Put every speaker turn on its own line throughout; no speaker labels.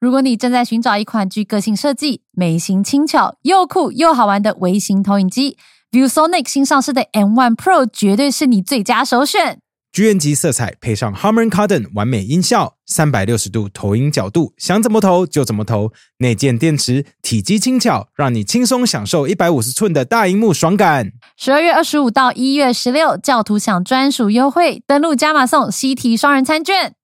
如果你正在寻找一款具个性设计、美型轻巧、又酷又好玩的微型投影机，ViewSonic 新上市的 M1 Pro 绝对是你最佳首选。
剧院级色彩配上 Harman Kardon 完美音效，三百六十度投影角度，想怎么投就怎么投。内建电池，体积轻巧，让你轻松享受一百五十寸的大荧幕爽感。
十二月二十五到一月十六，教徒享专属优惠，登录加码送西提双人餐券。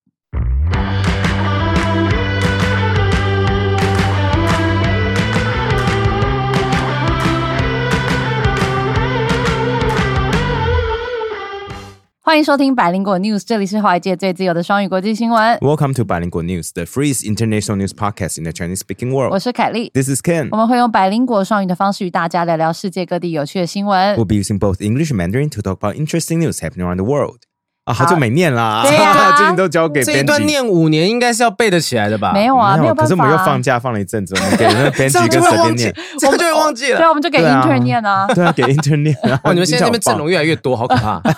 欢迎收听百灵果 News，这里是华尔街最自由的双语国际新闻。
Welcome to 百灵果 News, the freest international news podcast in the Chinese-speaking
我
world.
是凯莉，
This is
oh
Ken.
我们会用百灵果双语的方式与大家聊聊世界各地有趣的新闻
We'll。be using both English and Mandarin to talk about interesting news happening around the world. 啊，好久没念啦，
对啊
最近都交给
这一
编
段
辑。
念五年应该是要背得起来的吧？
没有啊，没有办法啊。
可是我们又放假放了一阵子，我们给 那个编辑
这样
跟
就会
随便
忘记
念，，
这样就会忘记
对啊，
了。
我们就给
对啊
intern 念啊。
对啊，给 intern 念啊。
哦哇，你们现在那
你
边
讲
阵
好棒
容越来越多，好可 怕！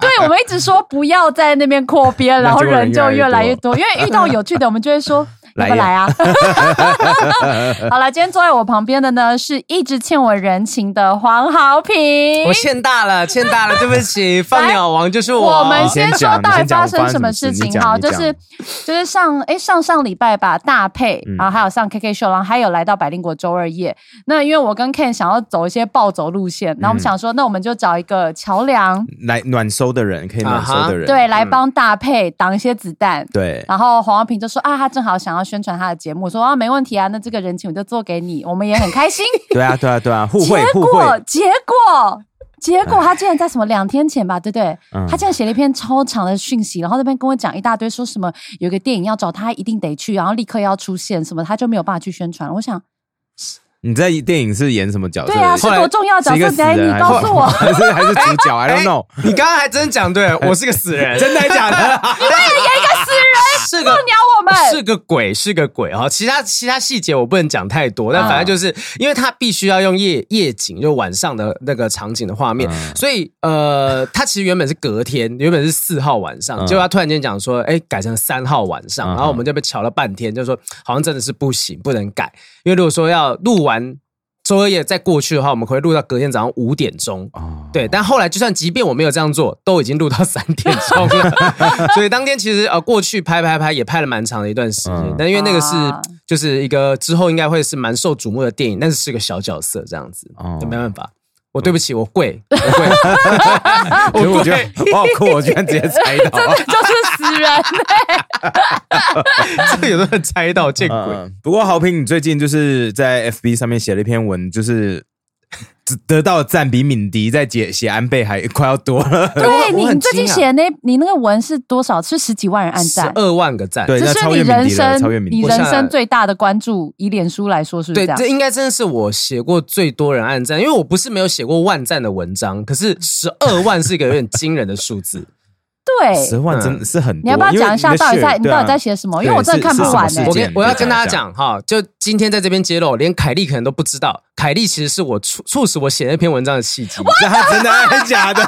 对，我们一直说不要在那边扩编，然后人就越来越多，因为遇到有趣的，我们就会说要
来
不
呀
来啊？啊 好了，今天坐在我旁边的呢，是一直欠我人情的黄豪平
我。欠大了，欠大 了，对不起，放鸟王就是我。
我们先
你
说
先讲
到
你
底
先讲
发生
我
什
发
么
生
事
什么事
情
你，讲
好，
你
就是
讲
就是上哎上上礼拜吧，大配，
嗯
然后还有上 KK 秀，然后还有来到百灵果周二夜。那因为我跟 Ken 想要走一些暴走路线，然后我
嗯
们想说，那我们就找一个桥梁，
来暖收的人，可以暖收的人，
对，来帮大配挡一些子弹。
对
然后黄浩平就说啊，他正好想要宣传他的节目，说啊没问题啊，那这个人情我就做给你，我们也很开 心。
对啊，对啊，对啊，互惠
结
互
果
惠，
结果结果他竟然在什么两天前吧，对不对？
嗯
他竟然写了一篇超长的讯息，然后那边跟我讲一大堆，说什么有个电影要找他，一定得去，然后立刻要出现什么，他就没有办法去宣传。我 想，
你在电影是演什么角色？
对啊，是
后来
多重要的角
是一
色，
个死
等一下
人
你告诉我。
还是还是主 角？I don't know，
你刚刚还真讲对，我是个死 人，
真的还假的？
是个
放鸟我们
哦是个鬼，是个鬼哈。其他其他细节我不能讲太多，但
嗯
反正就是因为他必须要用夜夜景，就晚上的那个场景的画面，
嗯
所以呃，他其实原本是隔天，原本是四号晚上，
嗯
结果他突然间讲说，哎、改成三号晚上，
嗯
然后我们就被瞧了半天，就说好像真的是不行，不能改，因为如果说要录完周二夜再过去的话，我们可以录到隔天早上五点钟。
哦
对，但后来就算即便我没有这样做，都已经录到三点 钟了，所以当天其实呃过去拍拍拍也拍了蛮长的一段时间，
嗯
但因为那个是、
啊
就是一个之后应该会是蛮受瞩目的电影，但是是个小角色这样子，
哦
就没办法。我对不起，我 跪，我跪，
可是我觉得我好酷，我居然直接猜 到，
就是死 人，
这个有的人猜到见鬼。
嗯不过豪平，你最近就是在 FB 上面写了一篇文，就是。得到的赞比敏迪在解写安倍还快要多了，
我
对
我
啊
你
很
你最近
惊讶
写的那，你那个文是多少？是十几万人按
十
赞，
二万个赞，
对
这
那
是
超
你
越敏
人
迪了
生
超越敏迪
你
我
人
想
生最大的关注，以脸书来说是不是
对
这，样
这？应该真的是我写过最多人按赞，因为我不是没有写过万赞的文章，可是十二万是一个有点惊人的数字。
对，
十万真的是很多。
你要不要
因为
讲一下到
你的
底在
血啊
你到底在写什么？因为我真的看不完
对是是
哎
什么
我
事件
跟我要跟大
你
家
讲一下
讲哈，就今天在这边揭露，连凯莉可能都不知道，凯莉其实是我促促使我写那篇文章的契机。
这他真的还是假的？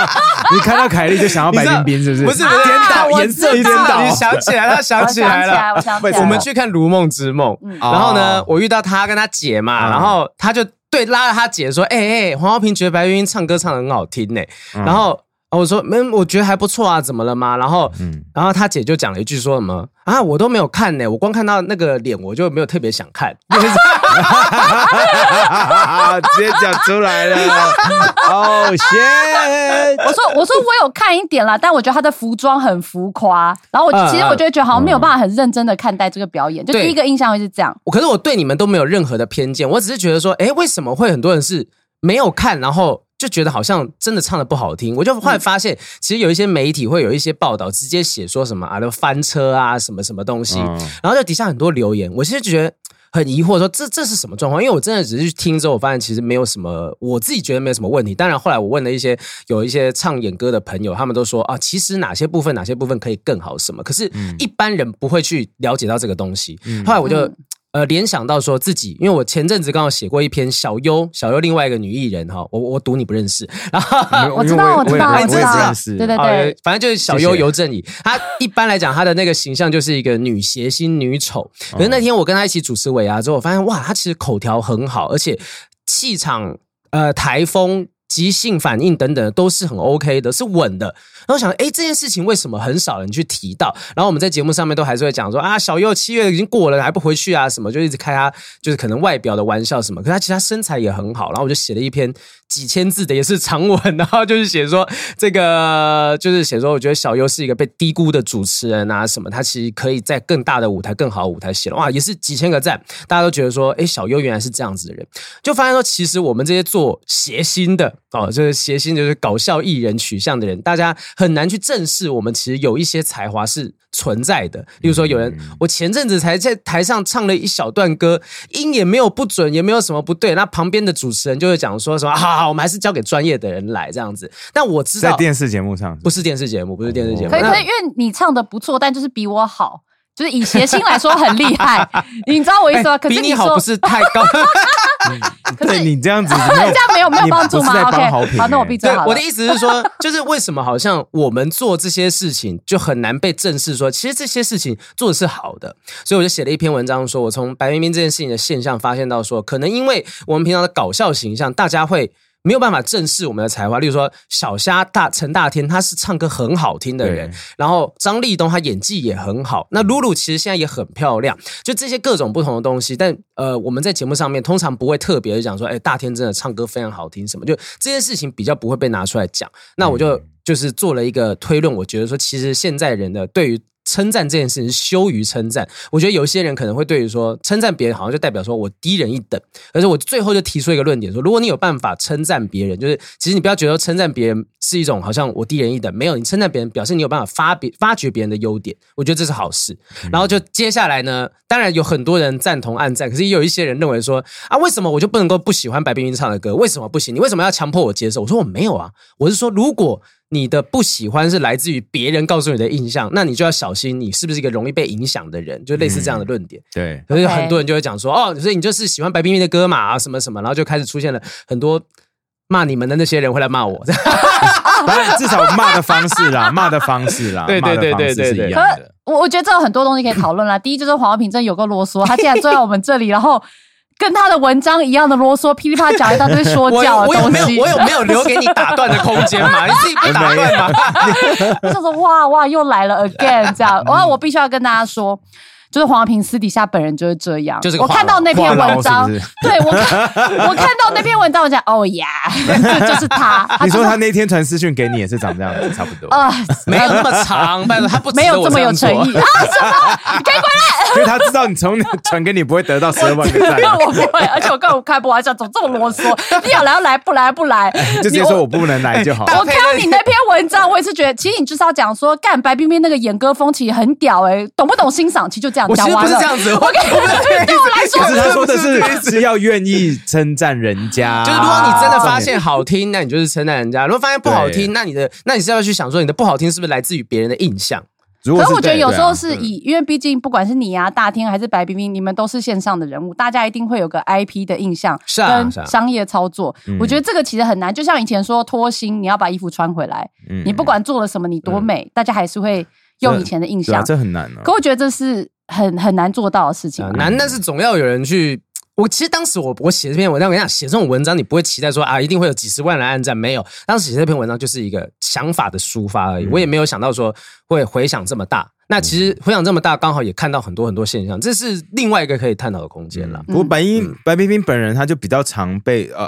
你看到凯莉就想要白冰冰，是不是？
不是不是
颠倒
啊我
颜色
知
颠
道
你
倒。
想起来，他想
我
起
想
来
起来，嗯
了。
我想起 来了，
我们去看《如梦之梦》，
哦
然后呢，我遇到他跟他姐嘛，
嗯
然后他就对拉着他姐说：“哎、哎、黄浩平觉得白云唱歌唱的很好听呢、
嗯
然后我说：“嗯，我觉得还不错啊，怎么了吗？”然后，
嗯
然后他姐就讲了一句说什么：“啊，我都没有看呢、我光看到那个脸，我就没有特别想看。”
直接讲出来 了。哦，天！
我说我说我有看一点啦，但我觉得他的服装很浮夸，然后我
嗯
其实我就会觉得好像没有办法很认真的看待这个表演，就
对
第一个印象会是这样。
我可是我对你们都没有任何的偏见，我只是觉得说，哎，为什么会很多人是没有看，然后就觉得好像真的唱的不好听？我就后来发现，其实有一些媒体会有一些报道，直接写说什么啊，都翻车啊，什么什么东西，
嗯
然后就底下很多留言，我其实觉得。很疑惑说这这是什么状况？因为我真的只是去听之后，我发现其实没有什么，我自己觉得没有什么问题。当然，后来我问了一些有一些唱演歌的朋友，他们都说啊，其实哪些部分哪些部分可以更好什么，可是一般人不会去了解到这个东西。后来我就呃联想到说自己，因为我前阵子刚好写过一篇小优，小优另外一个女艺人哈，我我读你不认识，然后。
我知道，我知道，
我也
知
不
道
认，识
对对
呃
对，，
反正就是小优
谢谢
尤正宇，她一般来讲她的那个形象就是一个女谐星、女丑。可是那天我跟她一起主持尾牙之后，我发现哇，她其实口条很好，而且气场、呃台风、即兴反应等等都是很 OK 的，是稳的。然后我想，哎，这件事情为什么很少人去提到？然后我们在节目上面都还是会讲说啊，小右七月已经过了，还不回去啊，什么就一直开他就是可能外表的玩笑什么。可他其实他身材也很好，然后我就写了一篇几千字的也是长文， 然后就是写说这个就是写说，我觉得小优是一个被低估的主持人啊，什么他其实可以在更大的舞台、更好的舞台写了，哇，也是几千个赞，大家都觉得说，哎，小优原来是这样子的人。就发现说，其实我们这些做谐星的哦，就是谐星就是搞笑艺人取向的人，大家很难去正视我们其实有一些才华是存在的。例如说，有人
嗯
我前阵子才在台上唱了一小段歌，音也没有不准，也没有什么不对，那旁边的主持人就会讲说什么，好好好，我们还是交给专业的人来这样子。但我知
在
道。
电哦视节目上，
不是电视节目，不是电视节目。
可以
那
可以，因为你唱的不错，但就是比我好，就是以谐星来说很厉害， 你知道我意思吗？可
哎比
是
你好
说
不，是太 高，
可
对
是
你这样子 没有
这样没有没有
你
帮助
不是
吗
在帮
？OK，
好评
好，那我
欸
闭嘴
对
好，
我
了
的。意思是说，就是为什么好像我们做这些事情就很难被正视说其实这些事情做的是好的。所以我就写了一篇文章说我从白冰冰这件事情的现象发现到说，可能因为我们平常的搞笑形象，大家会。没有办法正视我们的才华，例如说小虾大陈大天，他是唱歌很好听的人
对，
然后张立东他演技也很好，那露露其实现在也很漂亮，就这些各种不同的东西。但呃，我们在节目上面通常不会特别地讲说，哎，大天真的唱歌非常好听什么，就这件事情比较不会被拿出来讲。那我就、就是做了一个推论，我觉得说，其实现在人的对于称赞这件事情是羞于称赞。我觉得有一些人可能会对于说称赞别人，好像就代表说我低人一等。而且我最后就提出一个论点说，如果你有办法称赞别人，就是其实你不要觉得称赞别人是一种好像我低人一等，没有，你称赞别人表示你有办法发别发掘别人的优点，我觉得这是好事。
嗯
然后就接下来呢，当然有很多人赞同暗赞，可是也有一些人认为说啊，为什么我就不能够不喜欢白冰冰唱的歌？为什么不行？你为什么要强迫我接受？我说我没有啊，我是说如果。你的不喜欢是来自于别人告诉你的印象，那你就要小心，你是不是一个容易被影响的人？就类似这样的论点。
对，
可是
嗯 OK
很多人就会讲说，哦，所以你就是喜欢白冰冰的歌嘛，啊，什么什么，然后就开始出现了很多骂你们的那些人会来骂我，
当然至少骂的方 式啦，骂的方式啦，
对对对对对
骂
对
的方式是一
可
样的。
我我觉得这有很多东西可以讨论啦。第一就是黄浩平真的有个啰嗦，他竟然坐在我们这里，然后跟他的文章一样的啰嗦，噼里啪啦讲一大堆说
我有
教
我
的
有
东
没有
西。
我有没有留给你打断的空间 嘛？你自己不打断嘛？
我想说哇哇又来了 again 这样，哇我必须要跟大家说。就是黄平私底下本人就是这样，
就是个
我看到那篇文
话痨
章，
是不是
对我看我看到那篇文章，我讲哦呀，这 就是他，他
你
就是
说他那天传私讯给你也是长这 样子，差不多，
啊，
没有那么长，拜托他不值得
没有
我
这么有
样做
诚 意。啊，什么？给
因为他知道你从那传给你不会得到十二万个 赞，
我不会，而且我根本开不玩笑，怎么这么啰嗦？你要来要来，不来不来，
就直接说我不能来就好。
我看到你那篇文章，我也是觉得，其实你就是要讲说，干白冰冰那个演歌风气很屌哎、懂不懂欣赏？其实就这样
我其
啊讲
实
完了。
不是这样子，我
对我来说
可，是他说的是是要愿意称赞人家，
就是如果你真的发现好听，那你就是称赞人家；如果发现不好听，那你的那你是要去想说你的不好听是不是来自于别人的印象？
如果
可
对，
是我觉得有时候是
对啊
以，因为毕竟不管是你啊、大天还是白冰冰，你们都是线上的人物，大家一定会有个 IP 的印象
是啊
跟
是啊
商业操作。我觉得这个其实很难，就像以前说脱星，你要把衣服穿回来，
嗯
你不管做了什么，你多美，大家还是会用以前的印
对啊
象。
这很难啊
可。我觉得这是很很难做到的事情
啊
啊。
难，但是总要有人去。我其实当时我我写这篇文章，我跟你讲，写这种文章你不会期待说啊，一定会有几十万人按赞，没有。当时写这篇文章就是一个想法的抒发而已，我也没有想到说会回响这么大。那其实回响这么大，刚好也看到很多很多现象，这是另外一个可以探讨的空间了。
不过白冰白冰冰本人，她就比较常被呃，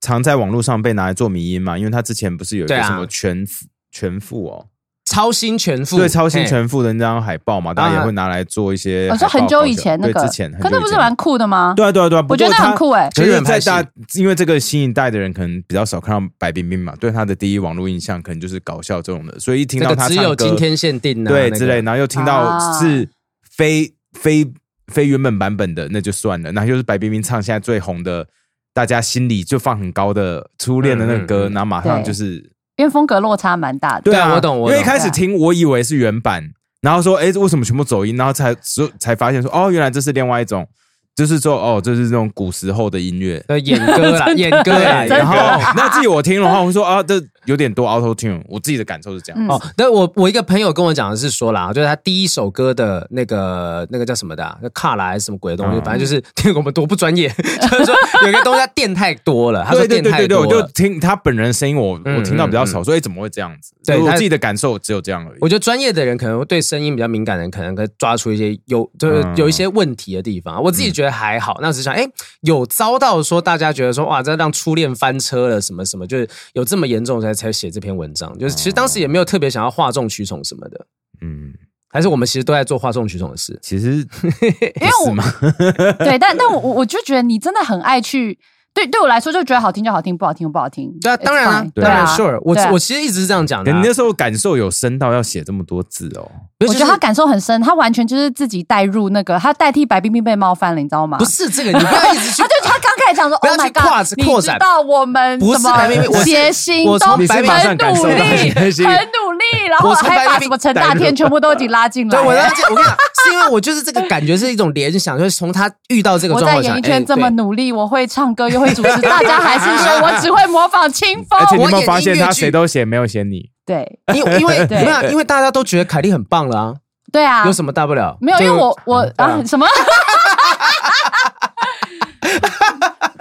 常在网络上被拿来做迷因嘛，因为她之前不是有一
对
个
啊
什么全副全副哦，
超新全副，
对，超新
嘿
全副啊的那张海报嘛，大家也会拿来做一些海报。
我说哦很久以前那
对
个，
之前，
可那不是蛮酷的吗？
很久以前。对啊，对啊，对啊。
我觉得那
不过他
很酷哎
可是，在
真人
大，因为这个新一代的人可能比较少看到白冰冰嘛，对她的第一网络印象可能就是搞笑这种的，所以一听
那
到
个
她
只
唱
有
歌，
今天限定啊，
对
那个
之类，然后又听到
啊
是非非非原本版本的，那就算了。那就是白冰冰唱现在最红的，大家心里就放很高的初恋的那个歌，
嗯嗯嗯
然后马上
对
就是
因为风格落差蛮大的。
对
对
啊，
啊我懂我
因为一
懂
开始听我以为是原版，然后说哎，诶为什么全部走音？然后才所才发现说哦，原来这是另外一种就是说哦，这是这种古时候的音乐。
呃，演歌啦，演歌啦，
对，然
然
后
后。
那自己我听的话，我会说啊，这有点多 auto tune，我自己的感受是这样。
嗯
哦，但我我一个朋友跟我讲的是说啦，就是他第一首歌的那个那个叫什么的、啊，那卡啦还是什么鬼的东西，
嗯
反正就是 我们多不专业， 就是说有一个东西他电太多了，他说
对对
电
对
太
对对，
多
我
了。
就听他本人的声音，我
嗯
我听到比较少，所以怎么会这样子？所
对
以我
他
自己的感受只有这样而已
我。觉得专业的人可能会对声音比较敏感的人，可能可以抓出一些有就是
嗯
有一些问题的地方。我自己觉得还好，那我只是想，哎，有遭到说大家觉得说哇，这让初恋翻车了什么什么，就是有这么严重才才写这篇文章，就是其实当时也没有特别想要哗众取宠什么的，
嗯，
还是我们其实都在做哗众取宠的事。
其实
因为 我对，但但我我就觉得你真的很爱去，对对我来说就觉得好听就好听，不好听就不好听。
对啊，当然啊
It's fine，，
对
当然
啊
sure，我
对啊
我其实一直是这样讲的
你
啊。
那时候感受有深到要写这么多字哦。
我
我觉得他感受很深，他完全就是自己带入那个，他代替白冰冰被冒犯了，你知道吗？
不是这个，你不要一直去
啊 他就他刚开始讲说
不要
，Oh my
去扩
god，
展
你
扩
知
展
道我们
不是
什么
白冰冰我是
谐星
我
都
从
很努力，
你是马
很
上感受到 谐星
努力，然后
我从白
还把
冰
什
冰
么陈大天全部都已经拉进来
对
了。
我要讲，我跟你讲，是因为我就是这个感觉是一种联想，就是从他遇到这个
我
状
在
况想，
演艺
哎
圈这么
对
努力，我会唱歌又会主持，大家还是 说我只会模仿清风
而。且你有
我
没有
演
发现
音乐
他
剧
谁都写，没有写你？
对
因为因为
对
没有，因为大家都觉得凯莉很棒了啊，
对啊，
有什么嗯大不了？
没有？因为 我我啊 什么？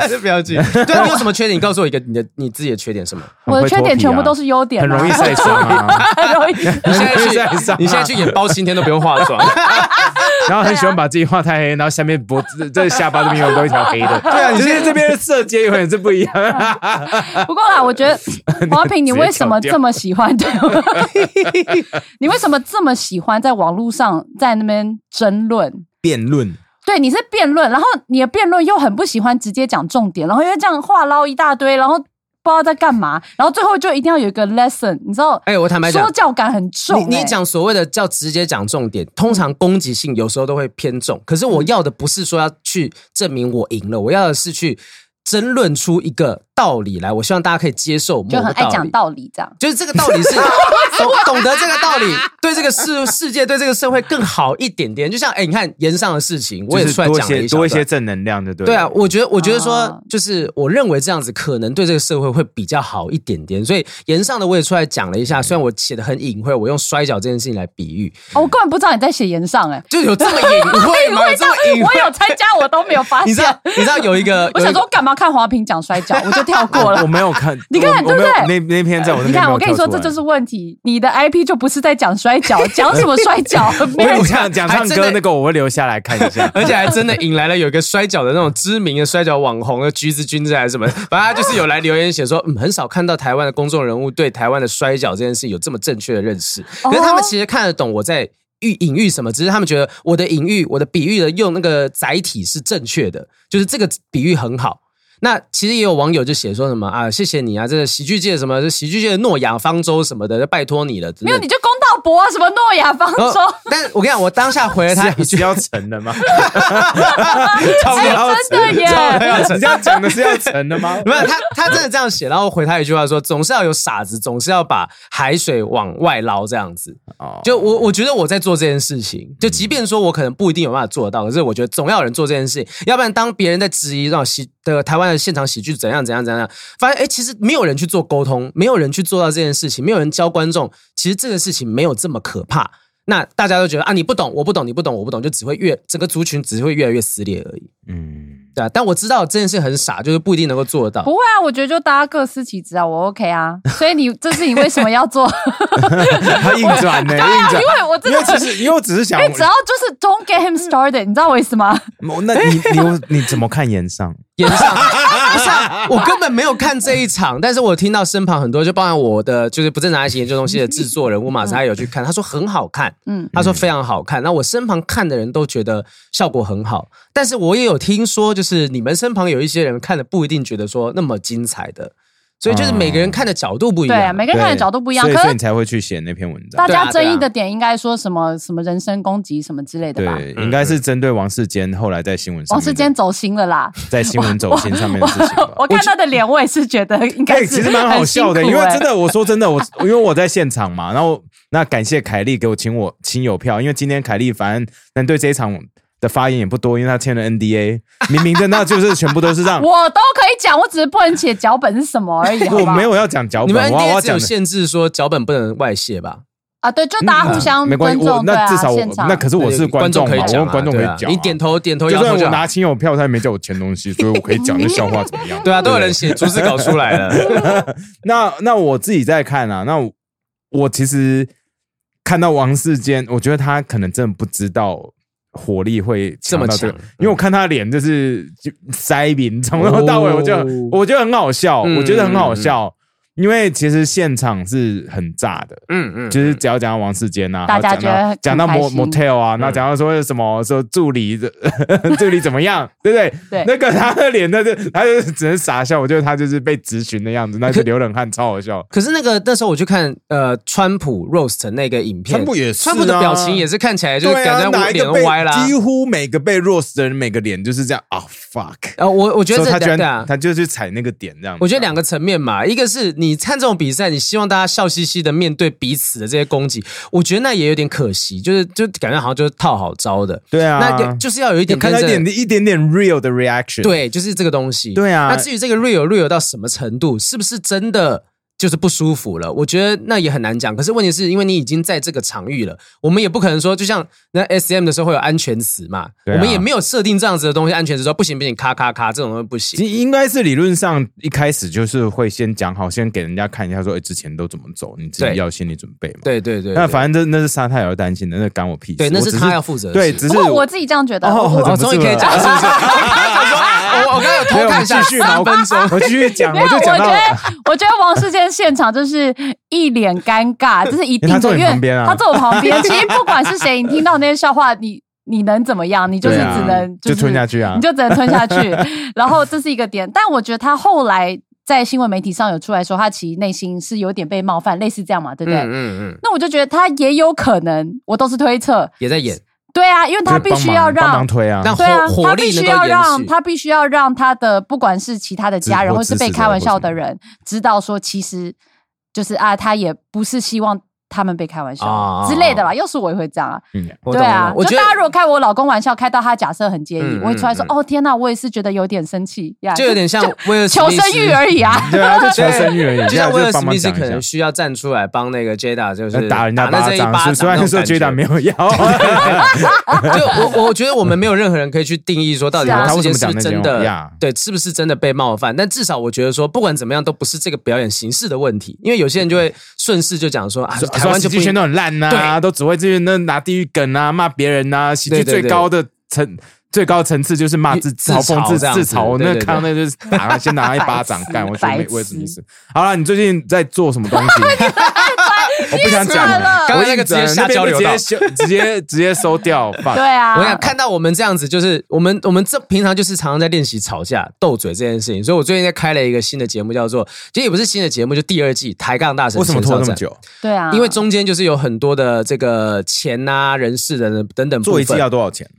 就不要紧。对啊，你有什么缺点？你告诉我一个你的你自己的缺点是什么？
我的缺点全部都
是
是优点啊，
啊很容易晒伤啊，
很容易。
你现在
我现在
去
上啊
你现在去 演包青天都不用化 妆。
然后很喜欢把自己画太黑，然后下面脖子这下巴这边有都一条黑的。对
啊你
就
现在
是这边的色阶永远是不一样。
不过啦，我觉 得黄平，你为什么这么喜欢？ 对，你为什么这么喜欢在网络上在那边争论？
辩论，
对，你是辩论，然后你的辩论又很不喜欢直接讲重点，然后因为这样话唠一大堆，然后不知道在干嘛，然后最后就一定要有一个 lesson，你知道？
哎，我坦白讲
说，教感很重、
你
哎
你讲所谓的叫直接讲重点，通常攻击性有时候都会偏重。可是我要的不是说要去证明我赢了，我要的是去争论出一个道理来。我希望大家可以接受
哎
某
就很
个
爱
道
讲
理。
道理这样。
就是这个道理是懂懂得这个道理，对这个世世界、对这个社会更好一点点。就像哎、你看延上的事情，我也
就是
出来
多一
讲了
些
一小
多一些
段。
正能量，对不对？
对啊，我觉得，我觉得说
哦，
就是我认为这样子可能对这个社会会比较好一点点，所以延上的我也出来讲了一下，虽然我写的很隐晦，我用摔跤这件事情来比喻，
哦，我根本不知道你在写言 上哎、
就有这么隐晦吗？有这么隐
哎我
晦？
有参加，我都没有发
你知
现
道。，你知道有一个，
我
有
想
一
说，
个
我干嘛看黄平讲摔跤，我 就跳过了
我。没有看，
啊 你看
我我没
对
有
不对
那那篇在我那
你
边没
看，
有
我跟你说，
跳出
这
来
就是问题。你的 IP 就不是在讲摔跤，讲什么摔 跤？没
我
人
我想讲唱
还真
歌
的
那个，我会留下来看 一下
。
哎
而且还真的引来了有一个摔跤的那种知名的摔跤网红的橘子君子还是什么， 反正他就是有来留言写说，嗯，很少看到台湾的公众人物对台湾的摔跤这件事有这么正确的认识，
哦
可是他们其实看得懂我在。喻隐喻什么？只是他们觉得我的隐喻、我的比喻的用那个载体是正确的，就是这个比喻很好。那其实也有网友就写说什么啊，谢谢你啊，这个喜剧界什么，这喜剧界的诺亚方舟什么的，就拜托你了。
没有，你就公道博啊，什么诺亚方
然后
舟，
哦
但是我跟你讲，我当下回 了他一
是
句，
要成的吗？
超
哎、真的耶！
要成
你这样讲的是要成的 吗？
没有，他他真的这样写，然后回他一句话说：“总是要有傻子，总是要把海水往外捞。”这样子，
哦
就我我觉得我在做这件事情，就即便说我可能不一定有办法做得到，可是我觉得总要有人做这件事情，要不然当别人在质疑让喜的台湾的现场喜剧怎样怎样怎样，发现哎、诶其实没有人去做沟通，没有人去做到这件事情，没有人教观众，其实这个事情没有这么可怕。那大家都觉得啊，你不懂，我不懂，你不懂，我不懂，就只会越整个族群只会越来越撕裂而已，
嗯，
对啊。但我知道这件事很傻，就是不一定能够做得到
不。会啊，我觉得就大家各司其职啊，我 OK 啊。所以你这是你为什么要做？
他硬转 呢，
对
硬
啊，
转
因。为我真
因
的
为其实，因为我只是想
因为，只要就是 don't get him started，你知道我意思吗？
我那 你你你怎么看演上？
演上，不是啊，我根本没有看这一场，但是我听到身旁很多，就包含我的就是不正常爱情研究中心的制作人乌马斯，他有去看，他说很好看，
嗯，
他说非常好看。那我身旁看的人都觉得效果很好，但是我也有听说，就是你们身旁有一些人看的不一定觉得说那么精彩的，所以就是每个人看的角度不一
嗯
对啊，
样。
每个人看的角度不一样，
所以
可
所以
是
你才会去写那篇文章
大。家
对啊对啊
争议的点应该说什么什么人身攻击什么之类的吧？哦
对，应该是针对王世坚后来在新闻上
王
面的，
世坚走心了啦。
在新闻走线上面的
我
事情吧。
我看 他的脸，我也是觉得应该
哎、
是、
其实蛮好笑的，因为真
的。
的，我说真的，我因为我在现场嘛，然后那感谢凯莉给我请我亲友票，因为今天凯莉反正能对这一场的发言也不多，因为他签了 NDA，明明的那就是全部都是让
我都可以讲，我只是不能写脚本是什么而已。好
我
不好
没有要讲脚
你
本，
们
我要我要
NDA 只
讲
有
的。
限制说脚本不能外泄吧？
啊，对，就大家互相
嗯没关系，
尊
我
重，对
那
啊，
至少我
现场
那可是我是
观
众嘛，
可以
我
讲啊，
问观众可以
对啊
讲啊。
你点头点头
就
摇头
算
就
我
好
拿亲友票，他也没叫我签东西，所以我可以讲这笑话怎么样？
对啊，都有人写逐字稿出 来了。
那那我自己在看啊，那我我其实看到王世坚，我觉得他可能真的不知道火力会强到
这么
个
强嗯
因为我看他脸就是就塞饼，从头到尾，
哦
我就、我觉得很好笑，
嗯
我觉得很好笑。因为其实现场是很炸的，
嗯嗯，
就是只要讲到王世坚啊，
大家
然后
觉得很
讲到讲
开
到 mo-
心
motel 啊，那讲到说什么说助理 助理怎么样， 对不对？
对
那个他的脸，那就他就只能傻笑，我觉得他就是被质询的样子，那就流冷汗，超好笑。
可是那个那时候我去看呃川普 roast 那个影片，
川普也是啊
川普的表情也是看起来就是
对
感
啊，
觉
哪
我
一
脸
个
都
被
歪啦
几。乎每个被 rose 的人，每个脸就是这样啊、fuck！
呃，我我觉得
所以
这
他居
对
然
啊，
他就去踩那个点这样子。
我觉得两个层面嘛，一个是你看这种比赛，你希望大家笑嘻嘻的面对彼此的这些攻击，我觉得那也有点可惜，就是就感觉好像就是套好招的。
对啊，
那就就是要有一
有
点
看到一
真正
点一点点 real 的 reaction。
对，就是这个东西。
对啊
那至于这个 real real 到什么程度，是不是真的就是不舒服了？我觉得那也很难讲。可是问题是因为你已经在这个场域了，我们也不可能说，就像那 S M 的时候会有安全词嘛，
对啊
我们也没有设定这样子的东西，安全词说不行不行，咔咔咔这种东西不行。
应应该是理论上一开始就是会先讲好，先给人家看一下说，哎、之前都怎么走，你自己
对
要心理准备嘛。，
对对对，
那
对
反正那那是沙太也要担心的，那干我屁事。
对那
我
是
只
他要负责的
对，
事
只
不
是
过我自己这样觉得，
哦
我
怎
哦，
么
终于可以
这么
讲了是不是？我我刚刚有偷看一下，
没有我继续嘛
三分钟。
我继续讲，
没有，
我就
我
讲
觉
到
得，我觉得王世坚现场就是一脸尴尬， 这是一定
因为他坐
的，
你
因为
旁边啊
他坐我旁 边。其实不管是谁，你听到那些笑话，你你能怎么样？你就是
对
只
啊
能
就是吞下去啊
你就只能吞 下去。然后这是一个点，但我觉得他后来在新闻媒体上有出来说，他其实内心是有点被冒犯，类似这样嘛，对不对？
嗯嗯嗯，
那我就觉得他也有可能，我都是推测，
也在演，
对啊，因为他
就是
必须
帮忙
要
帮
让
忙推啊，
让
对啊，
火火
他
力
必
能
须
够
要
延
让
续。
他必须要让他的不管是其他的家人
支
或是被
支持者
开玩笑
或
的
什么
人知道说，其实就是啊，他也不是希望他们被开玩笑
啊
之类的啦。要是我也会这样啊，
嗯
我
对
懂
啊
了，我
就
觉
大家
得
如果开我老公玩笑，开到他假设很介意
嗯，
我会出来说
嗯
哦天哪，我也是觉得有点生气呀，
就有点像威尔史
求
密
生
斯
欲而已 啊。
对啊，就求生欲而已，
就像
现在
威
就
尔史
帮忙
密斯
讲一
可
下呃
能。需要站出来帮那个 Jada，就是
打人家
那
巴
这一巴
掌，
掌。
虽然说
觉
Jada
得
没，有要，啊
就我我觉得我们没有任何人可以去定义说到底
是啊
王世坚
他为
是
什么
不是
讲那
真
些
的
呀，
对，是不是真的被冒犯？但至少我觉得说，不管怎么样，都不是这个表演形式的问题，因为有些人就会顺势就讲说啊，
台
台湾
湾喜
就不
剧
应
圈都很烂呐，
对
都只会这些那拿地狱梗啊、骂别人呐，喜剧
对对
最
对
高的层。最高层次就是骂自
自
嘲讽自
嘲这样子
自嘲，
对
那
对对
看到那就是打，先拿一巴掌
白痴
干。我觉得没
白痴
我也什么意思。好了，你最近在做什么东西？我不想讲
你也死了
刚
我
刚那个直接
硬整
下
那边
交流
就直接
道
修直接直接收掉。放
对
我想
啊，
看到我们这样子，就是我们我们这平常就是常常在练习吵架、斗嘴这件事情，所以我最近在开了一个新的节目，叫做其实也不是新的节目，就第二季抬杠大神。
为什么拖那么？久？
对啊，
因为中间就是有很多的这个钱啊、人事的等等部
做
分。
一季要多少钱？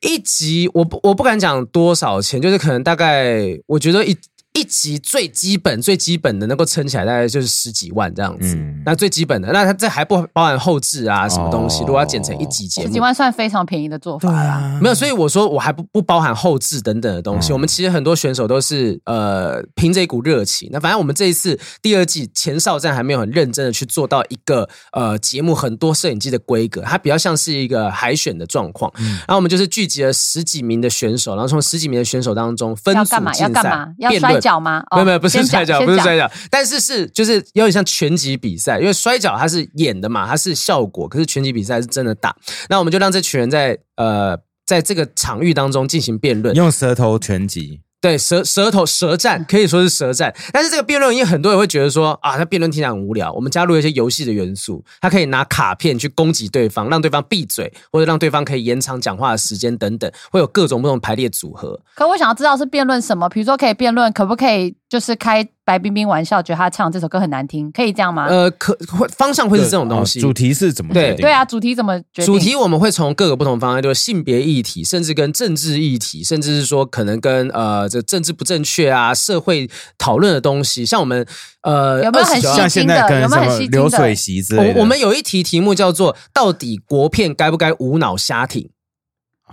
一集，我不我不敢讲多少钱，就是可能大概，我觉得一一集最基本最基本的能够撑起来，大概就是十几万这样子。
嗯
那最基本的，那它这还不包含后置啊什么东西，
哦
如果要剪成一集节
十
目
几。万算非常便宜的做法啦。
啊
没有，所以我说我还不不包含后置等等的东
嗯
西。我们其实很多选手都是呃凭着一股热情。那反正我们这一次第二季前哨战还没有很认真的去做到一个呃节目很多摄影机的规格，它比较像是一个海选的状况。
嗯
然后我们就是聚集了十几名的选手，然后从十几名的选手当中分
要
组
干嘛？要
竞
干
赛
嘛？要
辩
摔
论。
跤吗？哦
没有没有，不是
先讲
摔跤，
先
不是
讲
摔跤，但是是就是有点像拳击比赛，因为摔跤它是演的嘛，它是效果，可是拳击比赛是真的打。那我们就让这群人在呃在这个场域当中进行辩论，
用舌头拳击，
对舌舌头舌战可以说是舌战，但是这个辩论，因为很多人会觉得说啊，那辩论听起来很无聊，我们加入一些游戏的元素，它可以拿卡片去攻击对方，让对方闭嘴，或者让对方可以延长讲话的时间等等，会有各种不同排列组合。
可我想要知道是辩论什么，比如说可以辩论可不可以，就是开白冰冰玩笑，觉得他唱这首歌很难听，可以这样吗？
呃，可会方向会是这种东西，
哦主题是怎么决定的？
对啊，主题怎么决定？
主题我们会从各个不同方向，就是性别议题，甚至跟政治议题，甚至是说可能跟呃这政治不正确啊、社会讨论的东西，像我们呃
有没有很
29
吸
像现在可
有
能什
没有
么
很吸睛的
流水席之类的，
我我们有一题题目叫做“到底国片该不该无脑瞎挺”。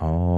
哦
哦，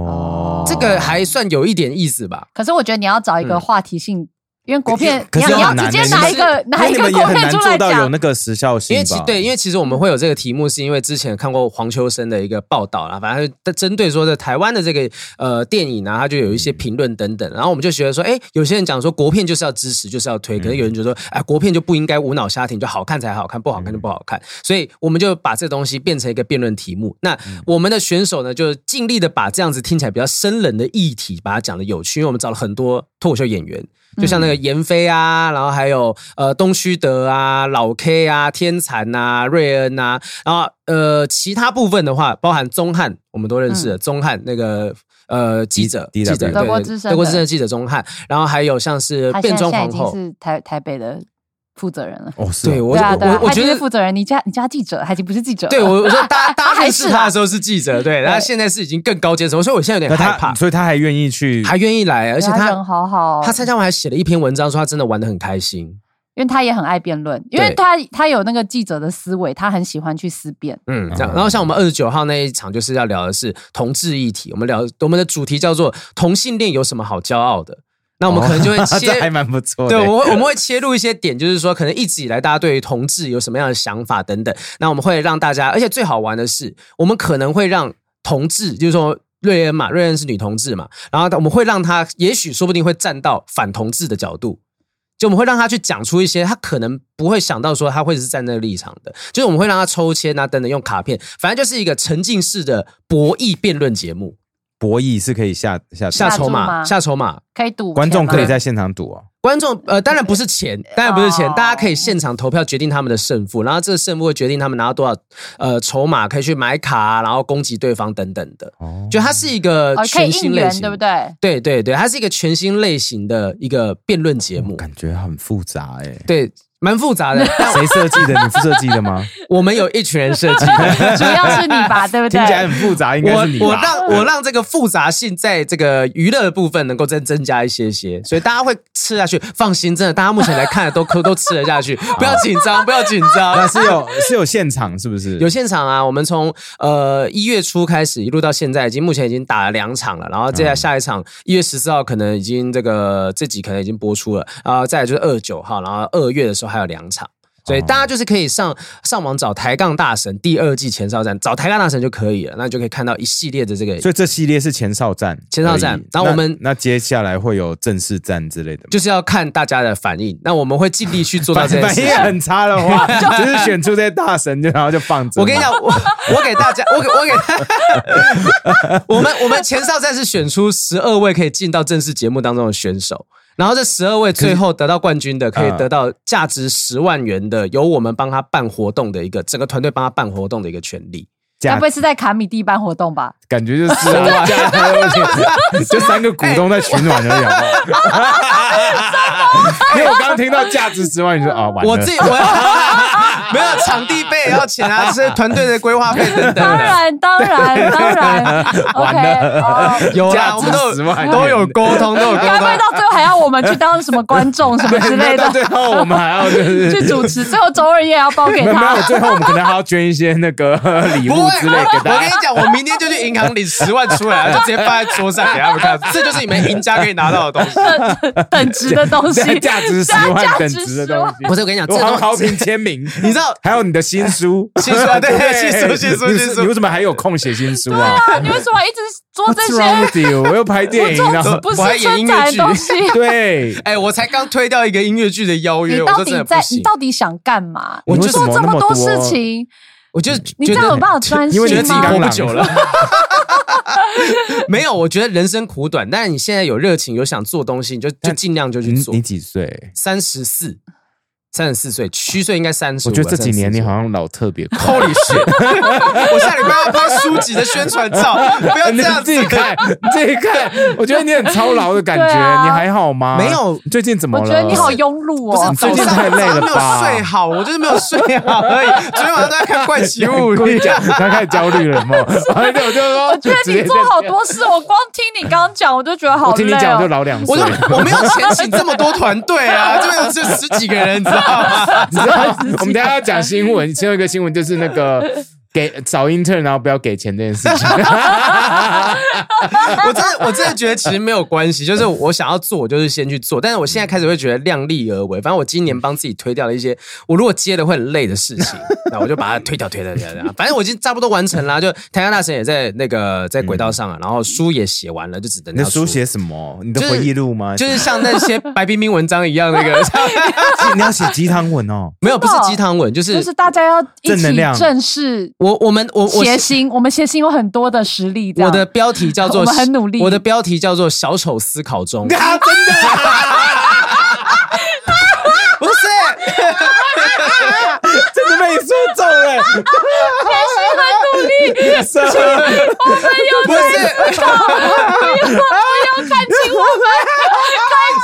这个还算有一点意思吧。
可是我觉得你要找一个话题性，因为国片，
嗯可
你
是
要你要
很难
直接
欸
拿一
你
个拿一
因
个
为你们也
国
很
片
难
出
做
来
到有
讲
那。个时效性
因
吧？
为其对，因为其实我们会有这个题目，是因为之前看过黄秋生的一个报道啦，反正他针对说这台湾的这个呃电影啊，他就有一些评论等等，然后我们就觉得说，哎，有些人讲说国片就是要支持，就是要推，可能有人就说，哎，国片就不应该无脑瞎听，就好看才好看，不好看就不好看，所以我们就把这东西变成一个辩论题目。那我们的选手呢，就尽力的把这样子听起来比较生冷的议题，把它讲的有趣，因为我们找了很多脱口秀演员，就像那
嗯
个闫飞啊，然后还有呃东旭德啊、老 K 啊、天蚕啊、瑞恩啊，然后呃其他部分的话，包含钟汉，我们都认识的，钟汉那个呃记者，
D-
记
DW
者对
嗯德国之声的
德国之声的记者钟汉，然后还有像是
啊他现
变
在现
装
在已
皇
经
后，
是台台北的负责人了。
哦是
对
哦
我
对啊，对啊
我，我
他已
觉
经是
得
负责人，你加你加记者，他已经不是记者了。
对我，我说 大
他
大家
还
认识
是
他
啊
的时候是记者，对，然后
对
现在是已经更高阶层，所以我现在有
那
点
他
害
嗯
怕，
所以他还愿意去，
还愿意来，而且
对他
他
人好好哦
他参加完还写了一篇文章，说他真的玩的很开心，
因为他也很爱辩论，因为
对
他他有那个记者的思维，他很喜欢去思辨。
嗯，这样。
嗯
然后像我们二十九号那一场，就是要聊的是同志议题，我们聊我们的主题叫做同性恋有什么好骄傲的。那我们可 能就会
哦这还
切，
蛮不错的。欸
对，我们会我们会切入一些点，就是说可能一直以来大家对于同志有什么样的想法等等。那我们会让大家，而且最好玩的是，我们可能会让同志，就是说。瑞恩嘛，瑞恩是女同志嘛，然后我们会让她，也许说不定会站到反同志的角度，就我们会让他去讲出一些他可能不会想到说他会是站在那个立场的，就是我们会让他抽签啊等等用卡片，反正就是一个沉浸式的博弈辩论节目，
博弈是可以下下
下啊
注
筹码，
吗
下筹码。
可以赌，
观众可以在现场赌哦。
观众呃，当然不是 钱，当然不是钱，
哦
大家可以现场投票决定他们的胜负，然后这个胜负会决定他们拿到多少呃筹码，可以去买卡啊、然后攻击对方等等的。
哦，
就它是一个
哦，可以
全
应
新类
援，
型，
对不？对？
对对对，它是一个全新类型的一个辩论节
哦
目，
感觉很复杂 哎。
对，蛮复 杂的。但
谁设计的？你设计的吗？
我们有一群人设计的，
主要是你吧， 对不
听起来
对？
很复杂，应该
我
是你
我
吧？
让我让这个复杂性在这个娱乐的部分能够再增加一些些，所以大家会吃下去。放心，真的，大家目前来看的都 都都吃 得下去，不要紧张，不要紧
那
张。
是有是有现场是不是？
有现场啊，我们从呃一月初开始，一路到现在，已经目前已经打了两场了，然后接下
嗯
来下一场一月十四号可能已经这个这集可能已经播出了，然后再来就是二九号，然后二月的时候还有两场。所以大家就是可以上上网找抬杠大神第二季前哨战，找抬杠大神就可以了，那就可以看到一系列的这个
所以这系列是前哨战，
前哨战
而已
然后我们
那那接下来会有正式战之类的吗。
就是要看大家的反应。那我们会尽力去做 到
反
这件
反
事
应
情。
很差的话，就是选出这些大神，就然后就放着。
我跟你讲，，我我给大家，我给我给 大我们我们前哨战是选出十二位可以进到正式节目当中的选手，然后这十二位最后得到冠军的，可以
嗯
得到价值十万元的，由我们帮他办活动的一个整个团队帮他办活动的一个权利。
该
假
不会是在卡米蒂办活动吧？
感觉就是啊，假 就三个股东在循环而已好不好。因为我刚刚听到价值十万，你说啊，完了
我自己我 没有场地费也要钱啊，这是团队的规划费 等等
当
的。
然，当然，当然。OK，哦。
有
价
啦，我
值
们都
10万
有都有沟通，都有沟
该不
通
会。到最后还要我们去当什么观众什么之类
到
的，
最后我们还要就是
去主持？最后周二夜要包给
没有没有，
他，
最后我们可能还要捐一些那个 礼物
不会，
之类给
我
大
跟
家
你。讲，我明天就去银行领十万出 来，就直接放在桌上给他们看，这就是你们赢家可以拿到的东西。
等值的东西，
价值十
对啊
万
价
等
值
值的
10
东
万
西，
不是我跟你讲，这
我
东
还好
西
评签名，
你知 道。
还有你的新书，
新书啊对新书新书
你
新书
你为什么还有空写新书啊
对啊，你为什么一直做这
？What's
些
wrong with you？我又拍电影，
不
然
做
后
不
我还
是
演
生
音乐
产
剧
的东西？
对，
哎、我才刚推掉一个音乐剧的邀
你
约，我
到
说真
底
的不
在，你
行，
到底想干嘛？
我
你
就是
做
怎
这
么那么
多
多
事情，
我就是
你
觉
这样有
得
办法专
因为
心
你
吗？
自己刚
活
来
不久了。 没有，我觉得人生苦短，但是你现在有热情，有想做东西，你就就尽量就去
你
做
你。几岁？
三十四，三十四岁，虚岁应该三十。
我觉得这几年你
好。
好像老特 别快，
Holy shit！我下礼拜要拍书籍的宣传 照，不要
你
这样
自己
子。
看，你自己看，我觉得你很操劳的感觉，
对啊
你还好吗？
没有
你最近怎么
我
了？
觉得你好庸碌
不是
哦。
早
最近
上
太累了
早上
吧
没有睡好，我就是没有睡好而已。昨天晚上都在看《怪 奇物
故
语
意讲，》，他开始焦虑了 嘛？而且我就说，
我觉得你做好多事，我光听你刚刚讲，我就觉得好
我听你
累
讲我就
哦。
老两岁
我，就我没有钱请这么多团队啊，这边有这十几个人，你知道吗？
你知道我们等一下要讲新闻，其中一个新闻就是那个
给找 intern，然后不要给钱这件事情。
我真的我真的觉得其实没有关系，就是我想要做，我就是先去做。但是我现在开始会觉得量力而为，反正我今年帮自己推掉了一些我如果接了会很累的事情，那我就把它推掉推掉推掉。反正我已经差不多完成啦，啊就台湾大神也在那个在轨道上啊了，然后书也写完了，就只 等
你的
到
书写什么？你的
就是
回忆录吗？
就是像那些白冰冰文章一样那个，
你要写鸡汤文哦。
没有不是鸡汤文，就是
就是大家要一
正能
起
量
正视
我我们我我
谐星，我们谐星有很多的实力。这样哎
我的标题叫做
我们很努力
我的标题叫做小丑思考中。
啊，真的啊
不 是，
真的被你说中了，
很努力，
什
啊
么
不是，
不要看清我们，看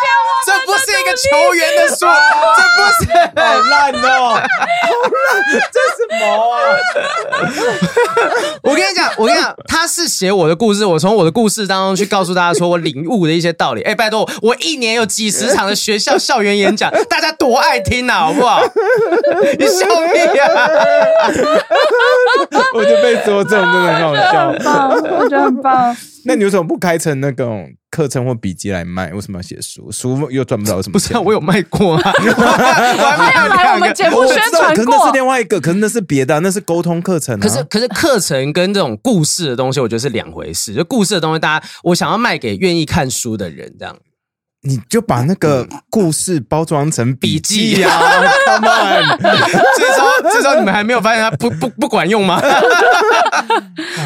这不是一个球员的说，这不是。
好烂哦，好烂，这是什么啊？
我跟你讲，我跟你讲，他是写我的故事，我从我的故事当中去告诉大家说我领悟的一些道理。哎，拜托，我一年有几十场的学校校园演讲，大家多爱听啊，好不好？你笑屁啊！
我就被说中，真的很好笑
见。我们，很棒，我觉得很棒。
那你为什么不开成那种课程或笔记来卖？为什么要写书？书又赚不到什么
不是
钱
啊，。我有卖过啊，我还卖啊
他有来我
了 两个
们节目
我
宣
知道，
传
可是那是
过，
另外一个，可是那是别的啊、那是沟通课程、啊。
可是可是课程跟这种故事的东西，我觉得是两回事。就故事的东西，大家我想要卖给愿意看书的人，这样
你就把那个故事包装成笔记啊！
，Come on！这时候这时候你们还没有发现它不不不管用吗？
啊